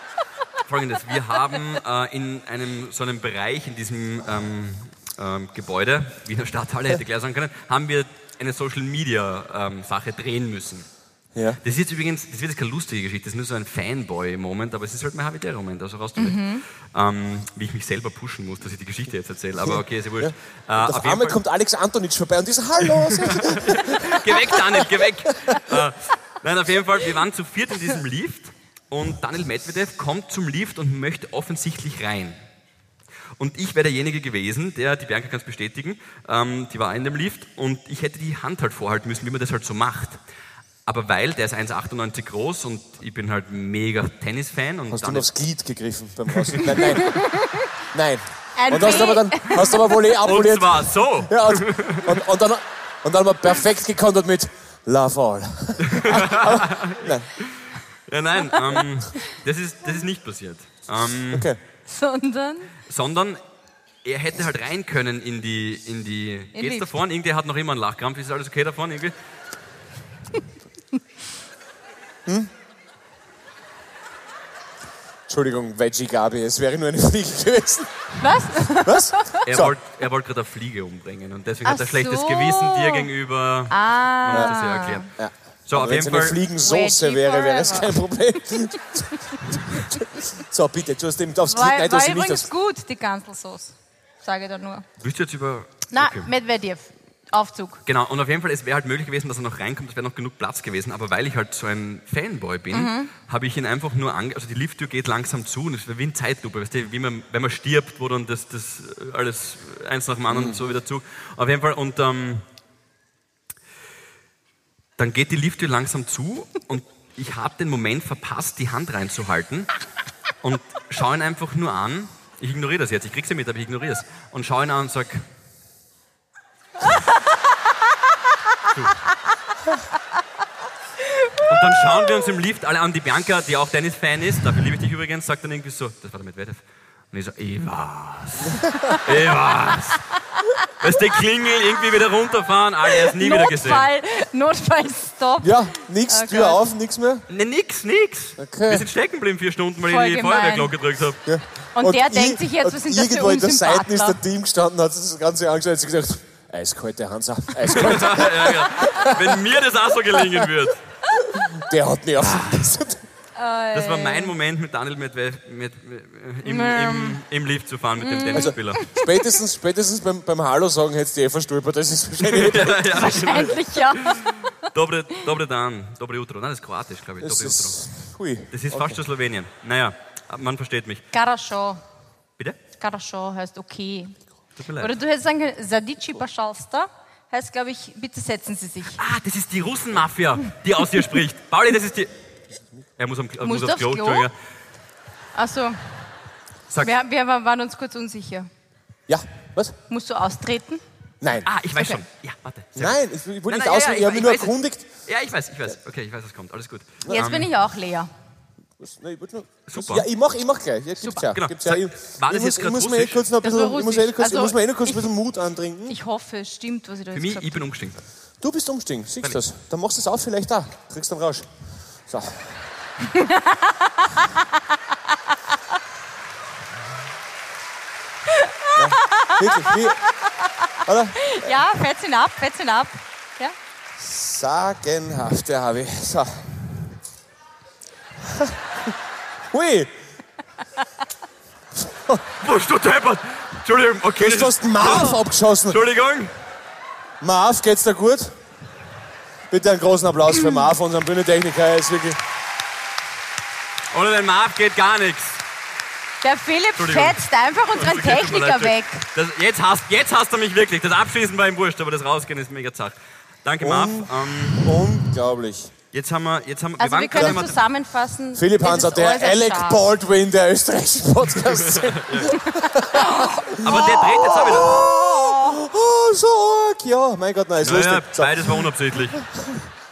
[SPEAKER 3] folgendes. Wir haben äh, in einem so einem Bereich, in diesem ähm, ähm, Gebäude, Wiener Stadthalle hätte ich gleich sagen können, haben wir eine Social-Media-Sache drehen müssen.
[SPEAKER 4] Ja.
[SPEAKER 3] Das ist jetzt übrigens, das wird jetzt keine lustige Geschichte, das ist nur so ein Fanboy-Moment, aber es ist halt mein Habitäre-Moment, also raus damit.
[SPEAKER 2] Mhm.
[SPEAKER 3] Ähm, wie ich mich selber pushen muss, dass ich die Geschichte jetzt erzähle, aber okay, ist ja wurscht. Äh,
[SPEAKER 4] Auf
[SPEAKER 3] jeden
[SPEAKER 4] einmal
[SPEAKER 3] Fall-
[SPEAKER 4] kommt Alex Antonitsch vorbei und ist Hallo.
[SPEAKER 3] Geh weg, Daniel, geh weg. Äh, nein, auf jeden Fall, wir waren zu viert in diesem Lift und Daniel Medvedev kommt zum Lift und möchte offensichtlich rein. Und ich wäre derjenige gewesen, der, die Bianca kann es bestätigen, ähm, die war in dem Lift und ich hätte die Hand halt vorhalten müssen, wie man das halt so macht. Aber weil, der ist 1,98 groß und ich bin halt mega Tennisfan und
[SPEAKER 4] Hast du
[SPEAKER 3] dann
[SPEAKER 4] ihn aufs Glied gegriffen beim Rausgehen? Nein, nein. Nein.
[SPEAKER 2] Ein
[SPEAKER 4] Und hast
[SPEAKER 2] Weh.
[SPEAKER 4] aber dann, hast aber wohl eh
[SPEAKER 3] und
[SPEAKER 4] abpoliert.
[SPEAKER 3] zwar so.
[SPEAKER 4] Ja, und, und, und dann, und dann haben wir perfekt gekontert mit Love All.
[SPEAKER 3] Ja, nein, ähm, das, ist, das ist nicht passiert. Ähm,
[SPEAKER 4] Okay.
[SPEAKER 2] Sondern?
[SPEAKER 3] sondern er hätte halt rein können in die, in die, geht's
[SPEAKER 2] Lift.
[SPEAKER 3] da vorne? Irgendwer hat noch immer einen Lachkrampf, ist alles okay da vorne? Irgendwie?
[SPEAKER 4] Entschuldigung, Veggie Gabi, es wäre nur eine Fliege gewesen.
[SPEAKER 2] Was?
[SPEAKER 4] Was?
[SPEAKER 3] Er
[SPEAKER 4] So.
[SPEAKER 3] wollte wollt gerade eine Fliege umbringen und deswegen hat
[SPEAKER 2] Ach
[SPEAKER 3] er schlechtes
[SPEAKER 2] so.
[SPEAKER 3] Gewissen dir gegenüber. Ah. Man muss das ja erklären.
[SPEAKER 4] Ja.
[SPEAKER 3] So, auf
[SPEAKER 4] Wenn
[SPEAKER 3] jeden
[SPEAKER 4] es eine
[SPEAKER 3] Fall.
[SPEAKER 4] Fliegensoße
[SPEAKER 2] Veggie
[SPEAKER 4] wäre, wäre es
[SPEAKER 2] forever.
[SPEAKER 4] kein Problem. so, bitte, du hast ihm aufs Glied.
[SPEAKER 2] War,
[SPEAKER 4] Nein, du hast
[SPEAKER 2] war
[SPEAKER 4] ihm nicht
[SPEAKER 2] übrigens
[SPEAKER 4] aufs
[SPEAKER 2] gut, die Ganzelsauce. Sage ich da nur.
[SPEAKER 3] Willst du jetzt über.
[SPEAKER 2] Na,
[SPEAKER 3] Okay.
[SPEAKER 2] Medvedev. Aufzug.
[SPEAKER 3] Genau, und auf jeden Fall, es wäre halt möglich gewesen, dass er noch reinkommt, es wäre noch genug Platz gewesen, aber weil ich halt so ein Fanboy bin, habe ich ihn einfach nur ange... Also die Lifttür geht langsam zu und es war wie in Zeitlupe, weißt du, wie man, wenn man stirbt, wo dann das, das äh, alles eins nach dem anderen so wieder zu. Auf jeden Fall, und ähm, dann geht die Lifttür langsam zu und ich habe den Moment verpasst, die Hand reinzuhalten und schaue ihn einfach nur an. Ich ignoriere das jetzt, ich krieg's ja mit, aber ich ignoriere es. Und schaue ihn an und sage, Und dann schauen wir uns im Lift alle an. Die Bianca, die auch Tennis-Fan ist, dafür liebe ich dich übrigens, sagt dann irgendwie so, das war der Medvedev. Und ich so, ich weiß. Ich weiß. Weißt du, die Klingel irgendwie wieder runterfahren, alle erst nie wieder gesehen.
[SPEAKER 2] Notfall, Notfall, Stop.
[SPEAKER 4] Ja, nix,
[SPEAKER 2] Oh
[SPEAKER 4] Tür
[SPEAKER 2] Gott.
[SPEAKER 4] auf, nix mehr.
[SPEAKER 3] Ne, nix, nix.
[SPEAKER 4] Okay.
[SPEAKER 3] Wir sind stecken geblieben vier Stunden, weil
[SPEAKER 2] Voll
[SPEAKER 3] ich die
[SPEAKER 2] gemein.
[SPEAKER 3] Feuerwehrglocke gedrückt habe.
[SPEAKER 4] Ja.
[SPEAKER 2] Und der denkt sich jetzt,
[SPEAKER 4] und
[SPEAKER 2] was sind das für
[SPEAKER 4] Irgendwo in der Seite ist
[SPEAKER 2] Unsympathler?
[SPEAKER 4] der Team gestanden, hat sich das Ganze angeschaut und sich gedacht, eiskalte Hansa, eiskalt.
[SPEAKER 3] ja, ja. Wenn mir das auch so gelingen würde.
[SPEAKER 5] Der hat Nerven.
[SPEAKER 2] Äh.
[SPEAKER 3] Das war mein Moment mit Daniel Medvedev mit, äh, im, im, im Lift zu fahren mit
[SPEAKER 2] Mhm.
[SPEAKER 3] dem Tennisspieler.
[SPEAKER 5] spätestens, spätestens beim, beim Hallo sagen hättest du eh verstolpert. Das ist wahrscheinlich
[SPEAKER 3] ja, ja.
[SPEAKER 2] Eigentlich ja.
[SPEAKER 3] Dobre, dobre dan, dobre jutro. Nein, das ist kroatisch, glaube ich.
[SPEAKER 5] das
[SPEAKER 3] Dobre jutro.
[SPEAKER 5] ist, hui.
[SPEAKER 3] Das ist fast zu Slowenien. Naja, man versteht mich.
[SPEAKER 2] Karascho.
[SPEAKER 3] Bitte?
[SPEAKER 2] Karascho heißt okay.
[SPEAKER 3] Tut mir
[SPEAKER 2] Oder
[SPEAKER 3] leid.
[SPEAKER 2] du hättest sagen können, Sadici Baschalsta heißt, glaube ich, bitte setzen Sie sich.
[SPEAKER 3] Ah, das ist die Russenmafia, die aus hier spricht. Pauli, das ist die... Er muss, am, er
[SPEAKER 2] Musst
[SPEAKER 3] muss
[SPEAKER 2] du
[SPEAKER 3] aufs
[SPEAKER 2] aufs Klo?
[SPEAKER 3] Klo, Entschuldigung.
[SPEAKER 2] Also,
[SPEAKER 3] Sag,
[SPEAKER 2] wir, wir waren uns kurz unsicher.
[SPEAKER 5] Ja, was?
[SPEAKER 2] Musst du austreten?
[SPEAKER 5] Nein.
[SPEAKER 3] ah, ich weiß
[SPEAKER 2] Okay.
[SPEAKER 3] schon. Ja, warte. Sehr gut.
[SPEAKER 5] Nein, ich, ich
[SPEAKER 3] Nein,
[SPEAKER 5] wollte nicht
[SPEAKER 3] nein, ja,
[SPEAKER 5] ausreden,
[SPEAKER 3] ja,
[SPEAKER 5] ich habe mich
[SPEAKER 3] ich
[SPEAKER 5] nur
[SPEAKER 3] weiß es.
[SPEAKER 5] erkundigt.
[SPEAKER 3] Ja, ich weiß, ich weiß. Okay, ich weiß, es kommt. Alles gut. Ähm,
[SPEAKER 2] Jetzt bin ich auch leer.
[SPEAKER 5] Was? Nein, ich wollte nur,
[SPEAKER 3] Super.
[SPEAKER 5] Ja, ich mach, ich mach gleich. Ja, gibt's ja.
[SPEAKER 3] Genau.
[SPEAKER 5] Gibt's ja. Ich,
[SPEAKER 3] War das
[SPEAKER 5] ich, muss,
[SPEAKER 3] jetzt
[SPEAKER 5] ich
[SPEAKER 3] grad
[SPEAKER 5] muss mir eh
[SPEAKER 3] Russisch?
[SPEAKER 5] kurz noch ein
[SPEAKER 2] Das
[SPEAKER 5] bisschen,
[SPEAKER 2] war
[SPEAKER 5] ich muss mir eh
[SPEAKER 2] Russisch.
[SPEAKER 5] kurz, ich
[SPEAKER 2] Also,
[SPEAKER 5] muss mir eh noch kurz ein
[SPEAKER 2] ich-
[SPEAKER 5] bisschen Mut antrinken.
[SPEAKER 2] Ich hoffe, es stimmt, was ich da
[SPEAKER 3] Für
[SPEAKER 2] jetzt
[SPEAKER 3] mich,
[SPEAKER 2] gesagt
[SPEAKER 3] ich
[SPEAKER 2] habe.
[SPEAKER 3] bin umgestiegen.
[SPEAKER 5] Du bist umgestiegen, siehst das. Dann machst du es auch vielleicht da. Kriegst dann Rausch. So. Ja, wirklich, wie
[SPEAKER 2] Ja, fällt's ihn ab, fällt's ihn ab. Ja?
[SPEAKER 5] sagenhaft, der Harvey. So. Hui,
[SPEAKER 3] Wurscht, du Teppert! Entschuldigung, okay.
[SPEAKER 5] bist du hast Marv abgeschossen.
[SPEAKER 3] Entschuldigung.
[SPEAKER 5] Marv, geht's dir gut? Bitte einen großen Applaus für Marv, unseren Bühnentechniker. Er ist wirklich
[SPEAKER 3] Ohne den Marv geht gar nichts.
[SPEAKER 2] Der Philipp
[SPEAKER 3] Entschuldigung.
[SPEAKER 2] fetzt einfach unseren
[SPEAKER 3] Okay, tut mir
[SPEAKER 2] Techniker
[SPEAKER 3] leid,
[SPEAKER 2] weg. Also,
[SPEAKER 3] Das, jetzt, hasst, jetzt hasst er mich wirklich. Das Abschließen war ihm wurscht, aber das Rausgehen ist mega zart. Danke, Marv.
[SPEAKER 5] Um.
[SPEAKER 3] Ähm,
[SPEAKER 5] unglaublich.
[SPEAKER 3] jetzt haben wir... Jetzt haben, wir
[SPEAKER 2] Also
[SPEAKER 3] waren
[SPEAKER 2] wir
[SPEAKER 3] gerade
[SPEAKER 2] können
[SPEAKER 3] mal-
[SPEAKER 2] zusammenfassen.
[SPEAKER 5] Philipp
[SPEAKER 2] es
[SPEAKER 5] Hanser,
[SPEAKER 2] ist
[SPEAKER 5] der
[SPEAKER 2] äußerst
[SPEAKER 5] Alec
[SPEAKER 2] scharf.
[SPEAKER 5] Baldwin der österreichischen Podcasts.
[SPEAKER 3] Aber der dreht jetzt auch wieder.
[SPEAKER 5] Oh, oh, so arg. Ja, mein Gott, nein, ist
[SPEAKER 3] Naja,
[SPEAKER 5] lustig. So,
[SPEAKER 3] beides war unabsichtlich.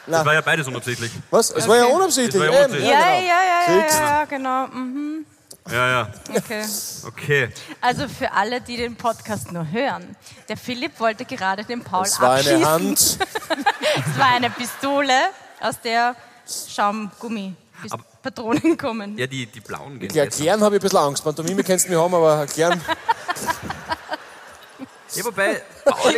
[SPEAKER 3] Das war ja beides unabsichtlich.
[SPEAKER 5] was? Es war ja
[SPEAKER 3] Es
[SPEAKER 5] unabsichtlich. Ähm,
[SPEAKER 3] war ja
[SPEAKER 5] eben.
[SPEAKER 3] unabsichtlich.
[SPEAKER 2] Ja, ja, ja, ja,
[SPEAKER 5] Kriegst-
[SPEAKER 2] ja, ja, genau. Mhm,
[SPEAKER 3] Ja, ja.
[SPEAKER 2] okay.
[SPEAKER 3] Okay.
[SPEAKER 2] Also für alle, die den Podcast nur hören. Der Philipp wollte gerade den Paul
[SPEAKER 5] Es war
[SPEAKER 2] abschießen.
[SPEAKER 5] eine Hand.
[SPEAKER 2] Es war eine Pistole, aus der Schaumgummi. Pist- Patronen kommen.
[SPEAKER 3] Ja, die, die blauen gehen
[SPEAKER 5] Ja,
[SPEAKER 3] jetzt.
[SPEAKER 5] erklären habe ich ein bisschen Angst. Pantomime kennst du mich haben, aber erklären.
[SPEAKER 3] Ja, wobei, Pauli,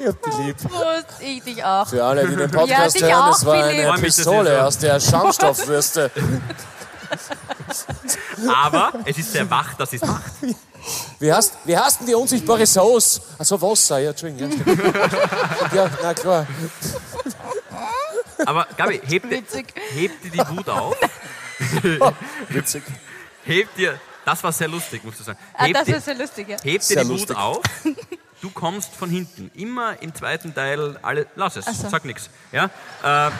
[SPEAKER 5] Ich hab dich lieb.
[SPEAKER 2] Prost, ich dich auch.
[SPEAKER 5] Für alle, die den Podcast
[SPEAKER 2] dich
[SPEAKER 5] hören,
[SPEAKER 2] auch,
[SPEAKER 5] es war
[SPEAKER 2] Philipp.
[SPEAKER 5] eine
[SPEAKER 3] Freut mich, dass ihr so-
[SPEAKER 5] Pistole aus der Schaumstoffwürste.
[SPEAKER 3] aber es ist sehr wach, dass sie es macht.
[SPEAKER 5] Wie heißt, wie heißt denn die unsichtbare Sauce? Also Wasser, ja, Entschuldigung. Ja, stimmt. ja na klar.
[SPEAKER 3] Aber Gabi, heb dir,
[SPEAKER 2] Witzig.
[SPEAKER 3] heb dir die Wut auf.
[SPEAKER 5] Witzig.
[SPEAKER 3] Heb dir, das war sehr lustig, musst du sagen.
[SPEAKER 2] Ah,
[SPEAKER 3] Heb,
[SPEAKER 2] das
[SPEAKER 3] dir,
[SPEAKER 2] ist ja lustig, ja.
[SPEAKER 3] heb dir
[SPEAKER 5] Sehr
[SPEAKER 3] die Wut
[SPEAKER 5] lustig.
[SPEAKER 3] auf. Du kommst von hinten. Immer im zweiten Teil, alle, lass es,
[SPEAKER 2] so.
[SPEAKER 3] sag nichts. Ja? Äh,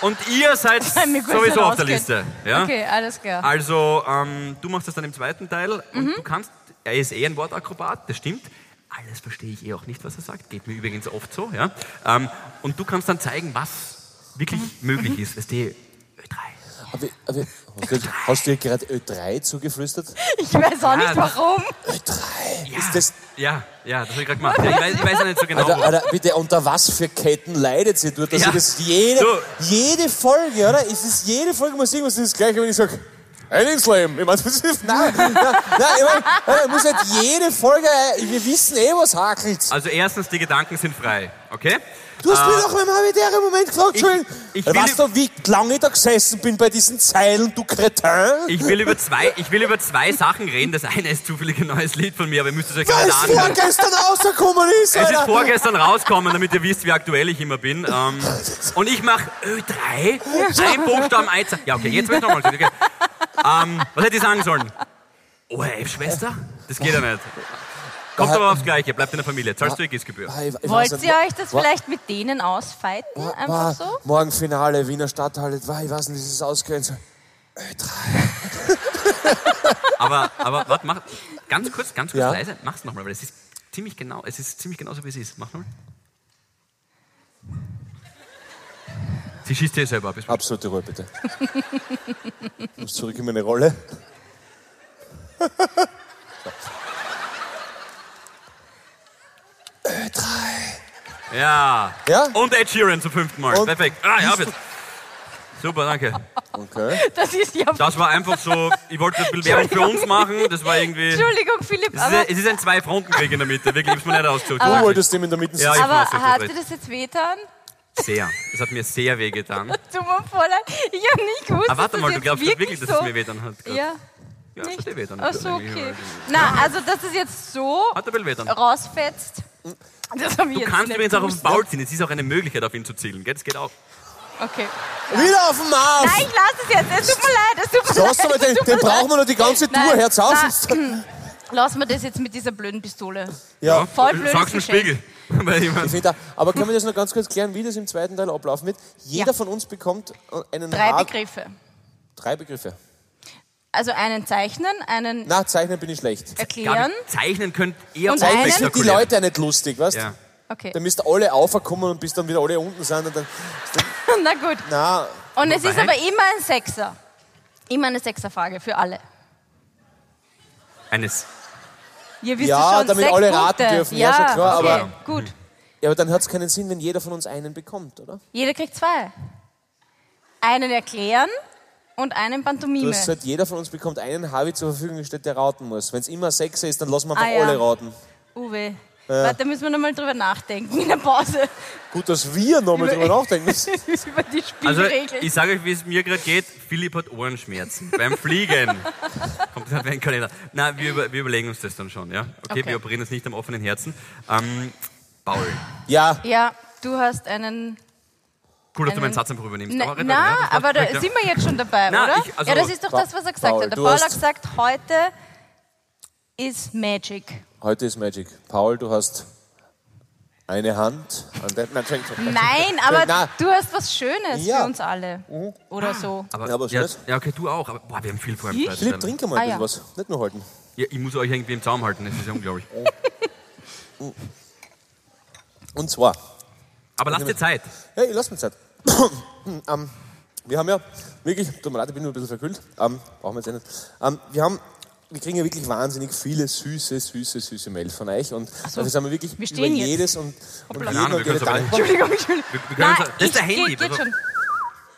[SPEAKER 3] und ihr seid
[SPEAKER 2] Mir gut, dass
[SPEAKER 3] sowieso
[SPEAKER 2] er
[SPEAKER 3] auf der
[SPEAKER 2] rausgeht.
[SPEAKER 3] Liste. Ja?
[SPEAKER 2] Okay, alles klar.
[SPEAKER 3] Also, ähm, du machst das dann im zweiten Teil
[SPEAKER 2] Mhm.
[SPEAKER 3] und du kannst, er ist eh ein Wortakrobat, das stimmt. Alles verstehe ich eh auch nicht, was er sagt. Geht mir übrigens oft so, ja. Ähm, und du kannst dann zeigen, was wirklich
[SPEAKER 2] Mhm.
[SPEAKER 3] möglich ist. ist. Die Ö3.
[SPEAKER 5] Aber, aber, hast, du, hast du dir gerade Ö3 zugeflüstert?
[SPEAKER 2] Ich weiß auch nicht warum.
[SPEAKER 5] Ö3?
[SPEAKER 3] Ja,
[SPEAKER 5] Ist das. Also,
[SPEAKER 3] ja, ja, das habe ich gerade gemacht. Ja, ich, weiß, ich weiß ja nicht so genau.
[SPEAKER 5] Alter,
[SPEAKER 3] wo.
[SPEAKER 5] Alter, bitte, unter was für Ketten leidet sie dort? Dass
[SPEAKER 3] Ja.
[SPEAKER 5] sie das jede,
[SPEAKER 3] Du.
[SPEAKER 5] jede Folge, oder? Es ist jede Folge muss irgendwas das gleiche, wenn ich sage, ein Inslam. Ich meine, das ist, nein, nein, nein, ich meine, Alter, muss halt jede Folge, wir wissen eh, was hakelt.
[SPEAKER 3] Also erstens, die Gedanken sind frei, okay? Äh,
[SPEAKER 5] Du hast mir doch beim habitären Moment gefragt, Entschuldigung.
[SPEAKER 3] Ah. ich will-
[SPEAKER 5] weißt du, wie lange ich da gesessen bin bei diesen Zeilen, du Kretin?
[SPEAKER 3] Ich will über zwei, ich will über zwei Sachen reden. Das eine ist zufällig ein neues Lied von mir, aber ihr müsst es euch gar
[SPEAKER 5] Weil
[SPEAKER 3] nicht
[SPEAKER 5] es
[SPEAKER 3] anhören.
[SPEAKER 5] vorgestern rausgekommen ist,
[SPEAKER 3] Es
[SPEAKER 5] Alter.
[SPEAKER 3] ist vorgestern rausgekommen, damit ihr wisst, wie aktuell ich immer bin. Ähm, und ich mache Ö3, ein Buchstaben, ein Ze- Ja, okay, jetzt will ich nochmal. Okay. Ähm, was hätte ich sagen sollen? ORF-Schwester? Das geht ja nicht. Kommt aber aufs Gleiche, bleibt in der Familie. Zahlst du Egisgebühr?
[SPEAKER 5] Ah, ich- ich weiß
[SPEAKER 2] Wollt
[SPEAKER 5] nicht.
[SPEAKER 2] ihr euch das
[SPEAKER 5] Wa-
[SPEAKER 2] vielleicht mit denen ausfeiten?
[SPEAKER 5] wa-
[SPEAKER 2] Einfach
[SPEAKER 5] wa-
[SPEAKER 2] so?
[SPEAKER 5] Morgen Finale, Wiener Stadthalle, wa- ich weiß nicht, wie es ausgehen soll.
[SPEAKER 3] Aber, aber warte, mach ganz kurz, ganz kurz
[SPEAKER 5] Ja.
[SPEAKER 3] leise. Mach's nochmal, weil es ist ziemlich genau, es ist ziemlich genau so, wie es ist. Mach nochmal. Sie schießt dir selber ab. ist-
[SPEAKER 5] Absolute Ruhe, bitte. ich muss zurück in meine Rolle.
[SPEAKER 3] Ja.
[SPEAKER 5] Ja?
[SPEAKER 3] Und Ed Sheeran zum fünften Mal.
[SPEAKER 5] Und-
[SPEAKER 3] Perfekt. Ah, ja, bitte. Super, danke.
[SPEAKER 5] Okay.
[SPEAKER 2] Das ist ja.
[SPEAKER 3] Das war einfach so, ich wollte ein bisschen Werbung für uns machen, das war irgendwie...
[SPEAKER 2] Entschuldigung, Philipp,
[SPEAKER 3] Es ist, ein-
[SPEAKER 2] aber,
[SPEAKER 3] es ist ein Zwei-Fronten-Krieg in der Mitte, wirklich, ich hab's mir nicht ausgesucht.
[SPEAKER 5] Du wolltest dem in der Mitte
[SPEAKER 3] Ja,
[SPEAKER 5] sitzen.
[SPEAKER 3] ich
[SPEAKER 2] aber
[SPEAKER 3] weiß, ich
[SPEAKER 2] hat
[SPEAKER 3] weiß.
[SPEAKER 2] dir das jetzt wehtan?
[SPEAKER 3] Sehr. Es hat mir sehr weh getan.
[SPEAKER 2] Tut mir voll leid. Ich habe nicht gewusst,
[SPEAKER 3] Aber Ah, warte
[SPEAKER 2] dass das
[SPEAKER 3] mal, du
[SPEAKER 2] jetzt
[SPEAKER 3] glaubst
[SPEAKER 2] wirklich,
[SPEAKER 3] wirklich, wirklich dass
[SPEAKER 2] so...
[SPEAKER 3] es mir weh getan hat. gerade.
[SPEAKER 2] Ja,
[SPEAKER 3] ja es hat dir weh getan.
[SPEAKER 2] Ach so, okay. Na, also das ist jetzt so
[SPEAKER 3] Hat er wohl weh dann?
[SPEAKER 2] rausfetzt. Das haben wir
[SPEAKER 3] Du
[SPEAKER 2] jetzt
[SPEAKER 3] kannst
[SPEAKER 2] nicht
[SPEAKER 3] übrigens auch auf den
[SPEAKER 2] gewusst.
[SPEAKER 3] Baul ziehen. Es ist auch eine Möglichkeit, auf ihn zu zielen. Gell? Das geht auch.
[SPEAKER 2] Okay.
[SPEAKER 5] Wieder auf den Mars!
[SPEAKER 2] Nein, ich lasse es jetzt. Es tut mir leid. Es tut mir
[SPEAKER 5] Lass
[SPEAKER 2] leid.
[SPEAKER 5] mal, den,
[SPEAKER 2] es tut
[SPEAKER 5] den
[SPEAKER 2] mir
[SPEAKER 5] brauchen wir
[SPEAKER 2] leid.
[SPEAKER 5] noch die ganze Tour.
[SPEAKER 2] Nein,
[SPEAKER 5] Hört's auf.
[SPEAKER 2] nein.
[SPEAKER 5] sonst-
[SPEAKER 2] Lass mir das jetzt mit dieser blöden Pistole.
[SPEAKER 5] Ja.
[SPEAKER 2] Voll blödes
[SPEAKER 3] Sag's im Spiegel.
[SPEAKER 2] Geschenk.
[SPEAKER 3] Weil ich mein,
[SPEAKER 5] Ich find auch- Aber können wir das noch ganz kurz klären, wie das im zweiten Teil ablaufen wird? Jeder
[SPEAKER 2] Ja.
[SPEAKER 5] von uns bekommt einen
[SPEAKER 2] Drei
[SPEAKER 5] Rat-
[SPEAKER 2] Begriffe.
[SPEAKER 5] Drei Begriffe.
[SPEAKER 2] Also einen zeichnen, einen
[SPEAKER 5] Na, zeichnen bin ich schlecht.
[SPEAKER 2] erklären.
[SPEAKER 3] Gabi, zeichnen könnt eher
[SPEAKER 2] Und
[SPEAKER 5] Zeichnen
[SPEAKER 2] einen?
[SPEAKER 5] sind die
[SPEAKER 3] unspektakulär.
[SPEAKER 5] Leute ja nicht lustig, weißt du?
[SPEAKER 3] Ja.
[SPEAKER 2] Okay.
[SPEAKER 5] Dann müsst ihr alle auferkommen und bis dann wieder alle unten sind und dann.
[SPEAKER 2] Na gut.
[SPEAKER 5] Na,
[SPEAKER 2] Und es
[SPEAKER 3] Wobei-
[SPEAKER 2] ist aber immer ein Sechser. Immer eine Sechserfrage für alle.
[SPEAKER 3] Eines.
[SPEAKER 2] Ihr wisst
[SPEAKER 5] Ja,
[SPEAKER 2] es schon,
[SPEAKER 5] damit
[SPEAKER 2] sechs
[SPEAKER 5] alle
[SPEAKER 2] Punkte.
[SPEAKER 5] raten dürfen. Ja, schon klar,
[SPEAKER 2] okay,
[SPEAKER 5] aber-
[SPEAKER 2] gut.
[SPEAKER 5] ja, aber dann hat es keinen Sinn, wenn jeder von uns einen bekommt, oder?
[SPEAKER 2] Jeder kriegt zwei. Einen erklären und einen
[SPEAKER 5] Du
[SPEAKER 2] Pantomime.
[SPEAKER 5] hast gesagt, jeder von uns bekommt einen Harvey zur Verfügung gestellt, der raten muss. Wenn es immer Sechser ist, dann lassen wir einfach
[SPEAKER 2] Ah, ja.
[SPEAKER 5] alle raten.
[SPEAKER 2] Uwe, warte, da müssen wir nochmal drüber nachdenken in der Pause.
[SPEAKER 5] Gut, dass wir nochmal
[SPEAKER 2] Über-
[SPEAKER 5] drüber nachdenken müssen.
[SPEAKER 2] Über die
[SPEAKER 3] Also,
[SPEAKER 2] Spielregeln.
[SPEAKER 3] ich sage euch, wie es mir gerade geht. Philipp hat Ohrenschmerzen beim Fliegen. Kommt das ein Kalender. Nein, wir, über, wir überlegen uns das dann schon, ja? Okay,
[SPEAKER 2] Okay.
[SPEAKER 3] wir operieren das nicht am offenen Herzen. Ähm, Paul,
[SPEAKER 5] Ja,
[SPEAKER 2] ja, du hast einen...
[SPEAKER 3] cool, dass du
[SPEAKER 2] Einen-
[SPEAKER 3] meinen Satz einfach übernimmst.
[SPEAKER 2] Ähm, ne, Na,
[SPEAKER 3] Aber red weiter,
[SPEAKER 2] na
[SPEAKER 3] ja, das macht
[SPEAKER 2] aber da
[SPEAKER 3] perfekt, ja.
[SPEAKER 2] sind wir jetzt schon dabei,
[SPEAKER 3] Na,
[SPEAKER 2] oder?
[SPEAKER 3] ich- also-
[SPEAKER 2] ja, das ist doch das, was er gesagt
[SPEAKER 5] Paul,
[SPEAKER 2] hat. Der
[SPEAKER 5] du
[SPEAKER 2] Paul
[SPEAKER 5] hast-
[SPEAKER 2] hat gesagt, heute ist Magic.
[SPEAKER 5] heute ist Magic. Paul, du hast eine Hand. an der- Nein, schenk-
[SPEAKER 2] Nein, aber
[SPEAKER 5] Na.
[SPEAKER 2] du hast was Schönes
[SPEAKER 5] Ja.
[SPEAKER 2] für uns alle. Oder so.
[SPEAKER 3] Ah. Aber,
[SPEAKER 5] Ja, aber
[SPEAKER 3] ja,
[SPEAKER 5] Schluss.
[SPEAKER 3] ja, okay, du auch. Aber boah, wir haben viel vor im
[SPEAKER 2] Ich?
[SPEAKER 3] zweiten
[SPEAKER 5] Philipp,
[SPEAKER 3] Teil.
[SPEAKER 5] trink einmal
[SPEAKER 2] Ah,
[SPEAKER 5] ein
[SPEAKER 2] ja.
[SPEAKER 5] bisschen was. Nicht nur halten.
[SPEAKER 3] Ja, ich muss euch irgendwie im Zaum halten, das ist ja unglaublich.
[SPEAKER 5] Und zwar,
[SPEAKER 3] Aber lasst dir Zeit.
[SPEAKER 5] hey, lass mir Zeit. ähm, wir haben ja wirklich, tut mir leid, ich bin nur ein bisschen verkühlt. Ähm, brauchen wir jetzt eh nicht. Ähm, wir haben. Wir kriegen ja wirklich wahnsinnig viele süße, süße, süße Mail von euch. Und dafür sind wir wirklich
[SPEAKER 2] Wir
[SPEAKER 5] über
[SPEAKER 2] stehen jetzt.
[SPEAKER 5] jedes und, und
[SPEAKER 2] Hoppla.
[SPEAKER 5] jeden
[SPEAKER 3] Nein, wir
[SPEAKER 5] und jede
[SPEAKER 3] können es aber nicht.
[SPEAKER 5] dankbar.
[SPEAKER 2] Entschuldigung, Entschuldigung.
[SPEAKER 3] Wir, wir können
[SPEAKER 2] Nein,
[SPEAKER 3] uns, das ist der
[SPEAKER 2] ich-
[SPEAKER 3] Handy. also-
[SPEAKER 2] Geht, geht
[SPEAKER 3] pass auf.
[SPEAKER 2] schon.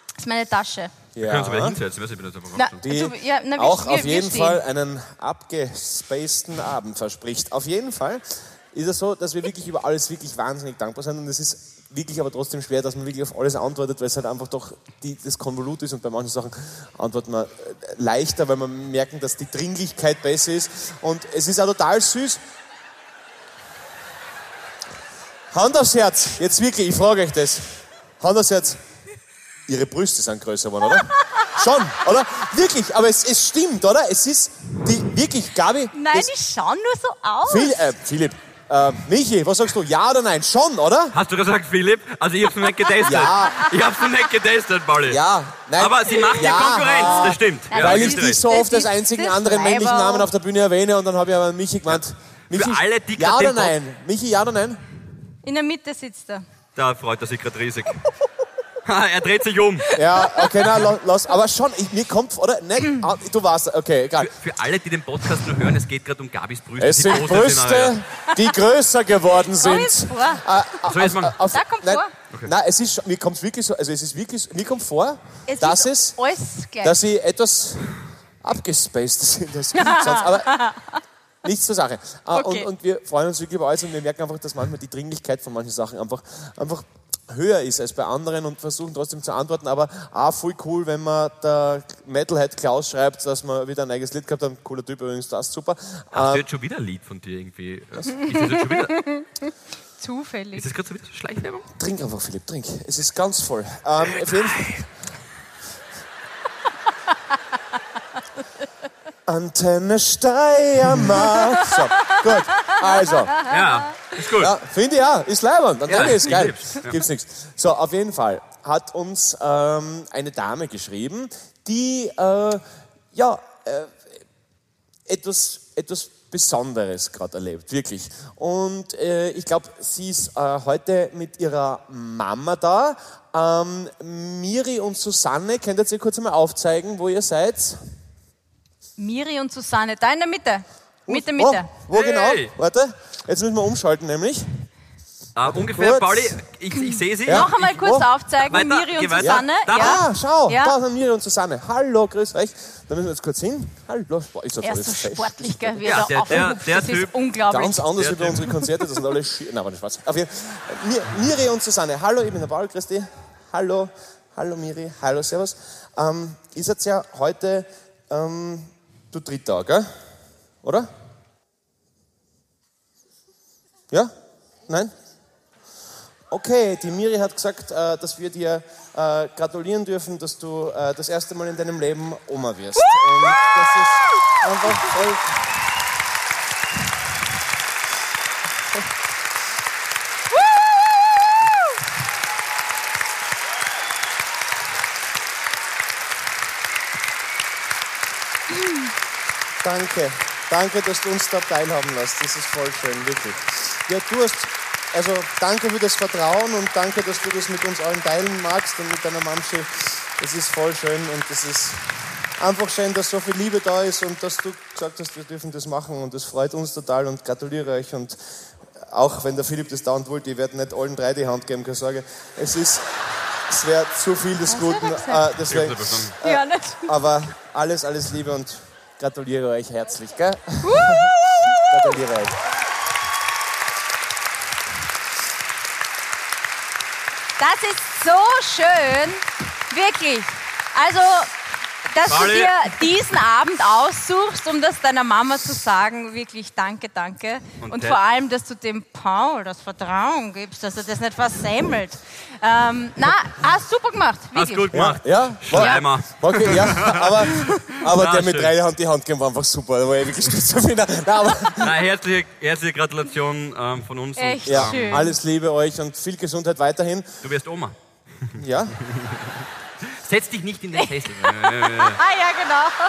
[SPEAKER 2] Das ist meine Tasche.
[SPEAKER 3] Wir können uns aber
[SPEAKER 5] Ja.
[SPEAKER 3] hinsetzen. weißt du, Ich bin jetzt einfach
[SPEAKER 2] Na,
[SPEAKER 3] raus.
[SPEAKER 5] die
[SPEAKER 2] du, Also, ja, na, wir-
[SPEAKER 5] auch
[SPEAKER 2] wir-
[SPEAKER 5] auf
[SPEAKER 2] wir
[SPEAKER 5] jeden
[SPEAKER 2] stehen.
[SPEAKER 5] Fall einen abgespaceden Abend verspricht. Auf jeden Fall ist es so, dass wir wirklich über alles wirklich wahnsinnig dankbar sind und es ist wirklich aber trotzdem schwer, dass man wirklich auf alles antwortet, weil es halt einfach doch die, das Konvolut ist und bei manchen Sachen antwortet man äh, leichter, weil man merken, dass die Dringlichkeit besser ist und es ist auch total süß. Hand aufs Herz, jetzt wirklich, ich frage euch das. Hand aufs Herz. Ihre Brüste sind größer geworden, oder? Schon, oder? Wirklich, aber es, es stimmt, oder? Es ist die, wirklich, Gabi.
[SPEAKER 2] Nein,
[SPEAKER 5] das,
[SPEAKER 2] die schauen nur so aus.
[SPEAKER 5] Phil, äh, Philipp, äh, Michi, was sagst du? Ja oder nein? Schon, oder?
[SPEAKER 3] Hast du gesagt, Philipp? Also, ich hab's noch nicht getestet.
[SPEAKER 5] Ja.
[SPEAKER 3] Ich hab's noch nicht getestet, Pauli.
[SPEAKER 5] Ja, nein.
[SPEAKER 3] Aber sie machen ja
[SPEAKER 5] Ja.
[SPEAKER 3] Konkurrenz, das stimmt. Ja,
[SPEAKER 5] Weil
[SPEAKER 3] da
[SPEAKER 5] ich
[SPEAKER 3] gibst du
[SPEAKER 5] dich
[SPEAKER 3] recht.
[SPEAKER 5] so
[SPEAKER 2] Das
[SPEAKER 5] oft als
[SPEAKER 2] ist-
[SPEAKER 5] einzigen
[SPEAKER 2] das
[SPEAKER 5] anderen männlichen
[SPEAKER 2] Weiberl.
[SPEAKER 5] Namen auf der Bühne erwähne und dann habe ich aber an Michi gemeint. Michi,
[SPEAKER 3] alle, die
[SPEAKER 5] ja
[SPEAKER 3] grad
[SPEAKER 5] oder
[SPEAKER 3] den Bock-
[SPEAKER 5] nein? Michi, ja oder nein?
[SPEAKER 2] In der Mitte sitzt er.
[SPEAKER 3] Da freut er sich gerade riesig. Ha, er dreht sich um.
[SPEAKER 5] Ja, okay, nein, la- lass. Aber schon, ich, mir kommt, oder? Nein, ah, du warst, okay, egal.
[SPEAKER 3] Für alle, die den Podcast nur hören, es geht gerade um Gabis Brüste.
[SPEAKER 5] Es
[SPEAKER 3] Sie
[SPEAKER 5] sind
[SPEAKER 3] postet sie nachher.
[SPEAKER 5] Brüste, die größer geworden
[SPEAKER 2] Komm
[SPEAKER 5] sind.
[SPEAKER 2] jetzt vor.
[SPEAKER 5] Ah, ah,
[SPEAKER 3] So, jetzt machen-
[SPEAKER 5] auf-
[SPEAKER 2] Da kommt
[SPEAKER 5] nein,
[SPEAKER 2] vor.
[SPEAKER 5] Nein, es ist, schon- mir kommt wirklich so, also es ist wirklich, so- mir kommt vor,
[SPEAKER 2] Es
[SPEAKER 5] dass
[SPEAKER 2] ist
[SPEAKER 5] es,
[SPEAKER 2] alles gleich.
[SPEAKER 5] dass ich etwas abgespaced sind. Das sonst, aber nichts zur Sache. Ah,
[SPEAKER 2] Okay.
[SPEAKER 5] und, und wir freuen uns wirklich über alles und wir merken einfach, dass manchmal die Dringlichkeit von manchen Sachen einfach, einfach höher ist als bei anderen und versuchen trotzdem zu antworten, aber ah, voll cool, wenn man der Metalhead Klaus schreibt, dass wir wieder ein eigenes Lied gehabt haben, cooler Typ übrigens, das super. ah.
[SPEAKER 3] Hast du jetzt schon wieder ein Lied von dir irgendwie? Ist das jetzt schon wieder?
[SPEAKER 2] Zufällig.
[SPEAKER 3] Ist das gerade so wieder so Schleichwerbung?
[SPEAKER 5] Trink einfach, Philipp, trink. Es ist ganz voll. Ähm, auf jeden Antenne Steiermark. So, gut. Also,
[SPEAKER 3] Ja, ist gut.
[SPEAKER 5] ja, finde ich ja, ist leibend. Antenne
[SPEAKER 3] Ja,
[SPEAKER 5] ist geil.
[SPEAKER 3] ich lieb's, ja.
[SPEAKER 5] Gibt's nichts. So, auf jeden Fall hat uns ähm, eine Dame geschrieben, die, äh, ja, äh, etwas, etwas Besonderes gerade erlebt, wirklich. Und äh, ich glaube, sie ist äh, heute mit ihrer Mama da. Ähm, Miri und Susanne, könnt ihr jetzt hier kurz einmal aufzeigen, wo ihr seid?
[SPEAKER 2] Miri und Susanne, da in der Mitte. Mitte,
[SPEAKER 5] Oh,
[SPEAKER 2] Mitte.
[SPEAKER 5] wo genau?
[SPEAKER 3] Hey.
[SPEAKER 5] Warte, jetzt müssen wir umschalten nämlich.
[SPEAKER 3] Äh, ungefähr,
[SPEAKER 5] kurz.
[SPEAKER 3] Pauli, ich, ich sehe Sie.
[SPEAKER 5] Ja.
[SPEAKER 2] Noch einmal
[SPEAKER 5] Ich-
[SPEAKER 2] kurz
[SPEAKER 5] oh.
[SPEAKER 2] aufzeigen,
[SPEAKER 3] Weiter,
[SPEAKER 2] Miri
[SPEAKER 3] geh
[SPEAKER 2] und
[SPEAKER 3] weiter.
[SPEAKER 2] Susanne.
[SPEAKER 3] Da.
[SPEAKER 5] Ah, schau,
[SPEAKER 2] Ja.
[SPEAKER 5] da sind Miri und Susanne. Hallo, grüß euch. Da müssen wir jetzt kurz hin. Hallo. Boah, ich
[SPEAKER 2] Er
[SPEAKER 5] sag's
[SPEAKER 2] ist
[SPEAKER 5] alles
[SPEAKER 2] so
[SPEAKER 5] fest.
[SPEAKER 2] sportlich, gell, wie
[SPEAKER 3] Ja,
[SPEAKER 2] er da
[SPEAKER 3] der- der-
[SPEAKER 2] aufruft.
[SPEAKER 3] der
[SPEAKER 2] Das ist
[SPEAKER 3] Typ.
[SPEAKER 2] unglaublich.
[SPEAKER 5] Ganz anders
[SPEAKER 3] Der
[SPEAKER 5] wie bei
[SPEAKER 3] Typ.
[SPEAKER 5] unseren Konzerten, das sind alle Schi Nein, war nicht Spaß. Auf jeden Fall. Mi- Miri und Susanne. Hallo, ich bin der Paul, grüß dich. Hallo, hallo Miri, hallo, servus. Ähm, ihr seid ja heute ähm, zu dritt da, gell? Oder? Ja? Nein? Okay, die Miri hat gesagt, äh, dass wir dir äh, gratulieren dürfen, dass du äh, das erste Mal in deinem Leben Oma wirst. Und das ist einfach voll Danke. Danke, dass du uns da teilhaben lässt. Das ist voll schön, wirklich. Ja, du hast, also danke für das Vertrauen und danke, dass du das mit uns allen teilen magst und mit deiner Mamsche. Das ist voll schön und das ist einfach schön, dass so viel Liebe da ist und dass du gesagt hast, wir dürfen das machen und das freut uns total und gratuliere euch und auch wenn der Philipp das dauernd wollte, ich werde nicht allen drei die Hand geben, keine Sorge. Es ist, es wäre zu viel des
[SPEAKER 2] hat er
[SPEAKER 5] Guten.
[SPEAKER 2] gesagt?
[SPEAKER 5] Äh, das
[SPEAKER 3] Ich hab's
[SPEAKER 5] wär,
[SPEAKER 3] nicht verstanden.
[SPEAKER 2] Ja, nicht.
[SPEAKER 5] aber alles, alles Liebe und gratuliere euch herzlich, gell? gratuliere euch.
[SPEAKER 2] Das ist so schön. Wirklich. Also, dass
[SPEAKER 3] Pauli.
[SPEAKER 2] du dir diesen Abend aussuchst, um das deiner Mama zu sagen, wirklich danke, danke. Und,
[SPEAKER 3] Und der-
[SPEAKER 2] vor allem, dass du dem Paul das Vertrauen gibst, dass er das nicht versemmelt. Ähm, na, hast super gemacht.
[SPEAKER 3] Hast
[SPEAKER 2] Wirklich.
[SPEAKER 3] gut gemacht.
[SPEAKER 5] Ja?
[SPEAKER 3] Schleimer.
[SPEAKER 5] Okay, ja, aber, aber
[SPEAKER 3] Na,
[SPEAKER 5] der mit
[SPEAKER 3] schön.
[SPEAKER 5] drei Hand die Hand geben war einfach super. Da war ich wirklich stolz auf ihn. Nein, aber,
[SPEAKER 3] Nein, herzliche, herzliche Gratulation ähm, von uns. und,
[SPEAKER 2] Echt
[SPEAKER 5] ja,
[SPEAKER 2] schön.
[SPEAKER 5] alles Liebe euch und viel Gesundheit weiterhin.
[SPEAKER 3] Du wirst Oma.
[SPEAKER 5] Ja,
[SPEAKER 3] Setz dich nicht in den Sessel.
[SPEAKER 2] Ah, ja, genau.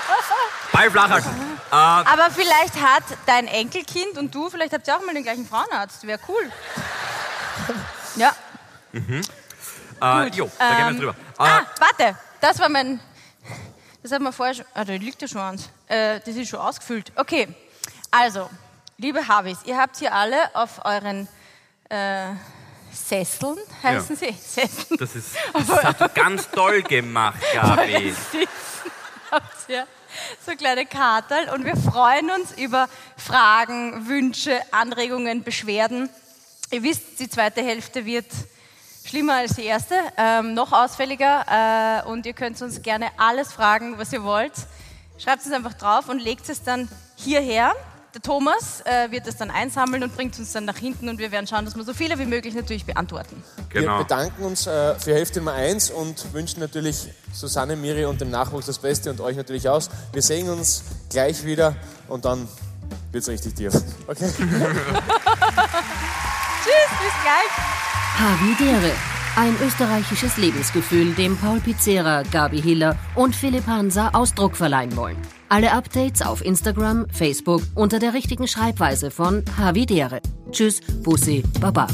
[SPEAKER 3] Ball flach halten. Äh,
[SPEAKER 2] Aber vielleicht hat dein Enkelkind und du, vielleicht habt ihr auch mal den gleichen Frauenarzt. Wäre cool. Ja.
[SPEAKER 3] Äh, jo, da gehen
[SPEAKER 2] Ähm,
[SPEAKER 3] wir drüber. Äh,
[SPEAKER 2] Ah, warte, das war mein. Das hat man vorher schon. Ah, da liegt ja schon eins. Äh, das ist schon ausgefüllt. Okay, also, liebe Havis, ihr habt hier alle auf euren äh, Sesseln, heißen sie? Sesseln.
[SPEAKER 3] das, ist, das hast du ganz toll gemacht, Gabi.
[SPEAKER 2] Sitzen habt ihr so kleine Kartel und wir freuen uns über Fragen, Wünsche, Anregungen, Beschwerden. Ihr wisst, die zweite Hälfte wird schlimmer als die erste, ähm, noch ausfälliger äh, und ihr könnt uns gerne alles fragen, was ihr wollt. Schreibt es einfach drauf und legt es dann hierher. Der Thomas äh, wird es dann einsammeln und bringt uns dann nach hinten und wir werden schauen, dass wir so viele wie möglich natürlich beantworten.
[SPEAKER 5] wir
[SPEAKER 3] Genau.
[SPEAKER 5] bedanken uns äh, für Hälfte Nummer eins und wünschen natürlich Susanne, Miri und dem Nachwuchs das Beste und euch natürlich aus. Wir sehen uns gleich wieder und dann wird's richtig tief. Okay?
[SPEAKER 2] Tschüss, bis gleich.
[SPEAKER 1] Havidere. Ein österreichisches Lebensgefühl, dem Paul Pizzera, Gabi Hiller und Philipp Hansa Ausdruck verleihen wollen. Alle Updates auf Instagram, Facebook unter der richtigen Schreibweise von Havidere. Tschüss, Bussi, Baba.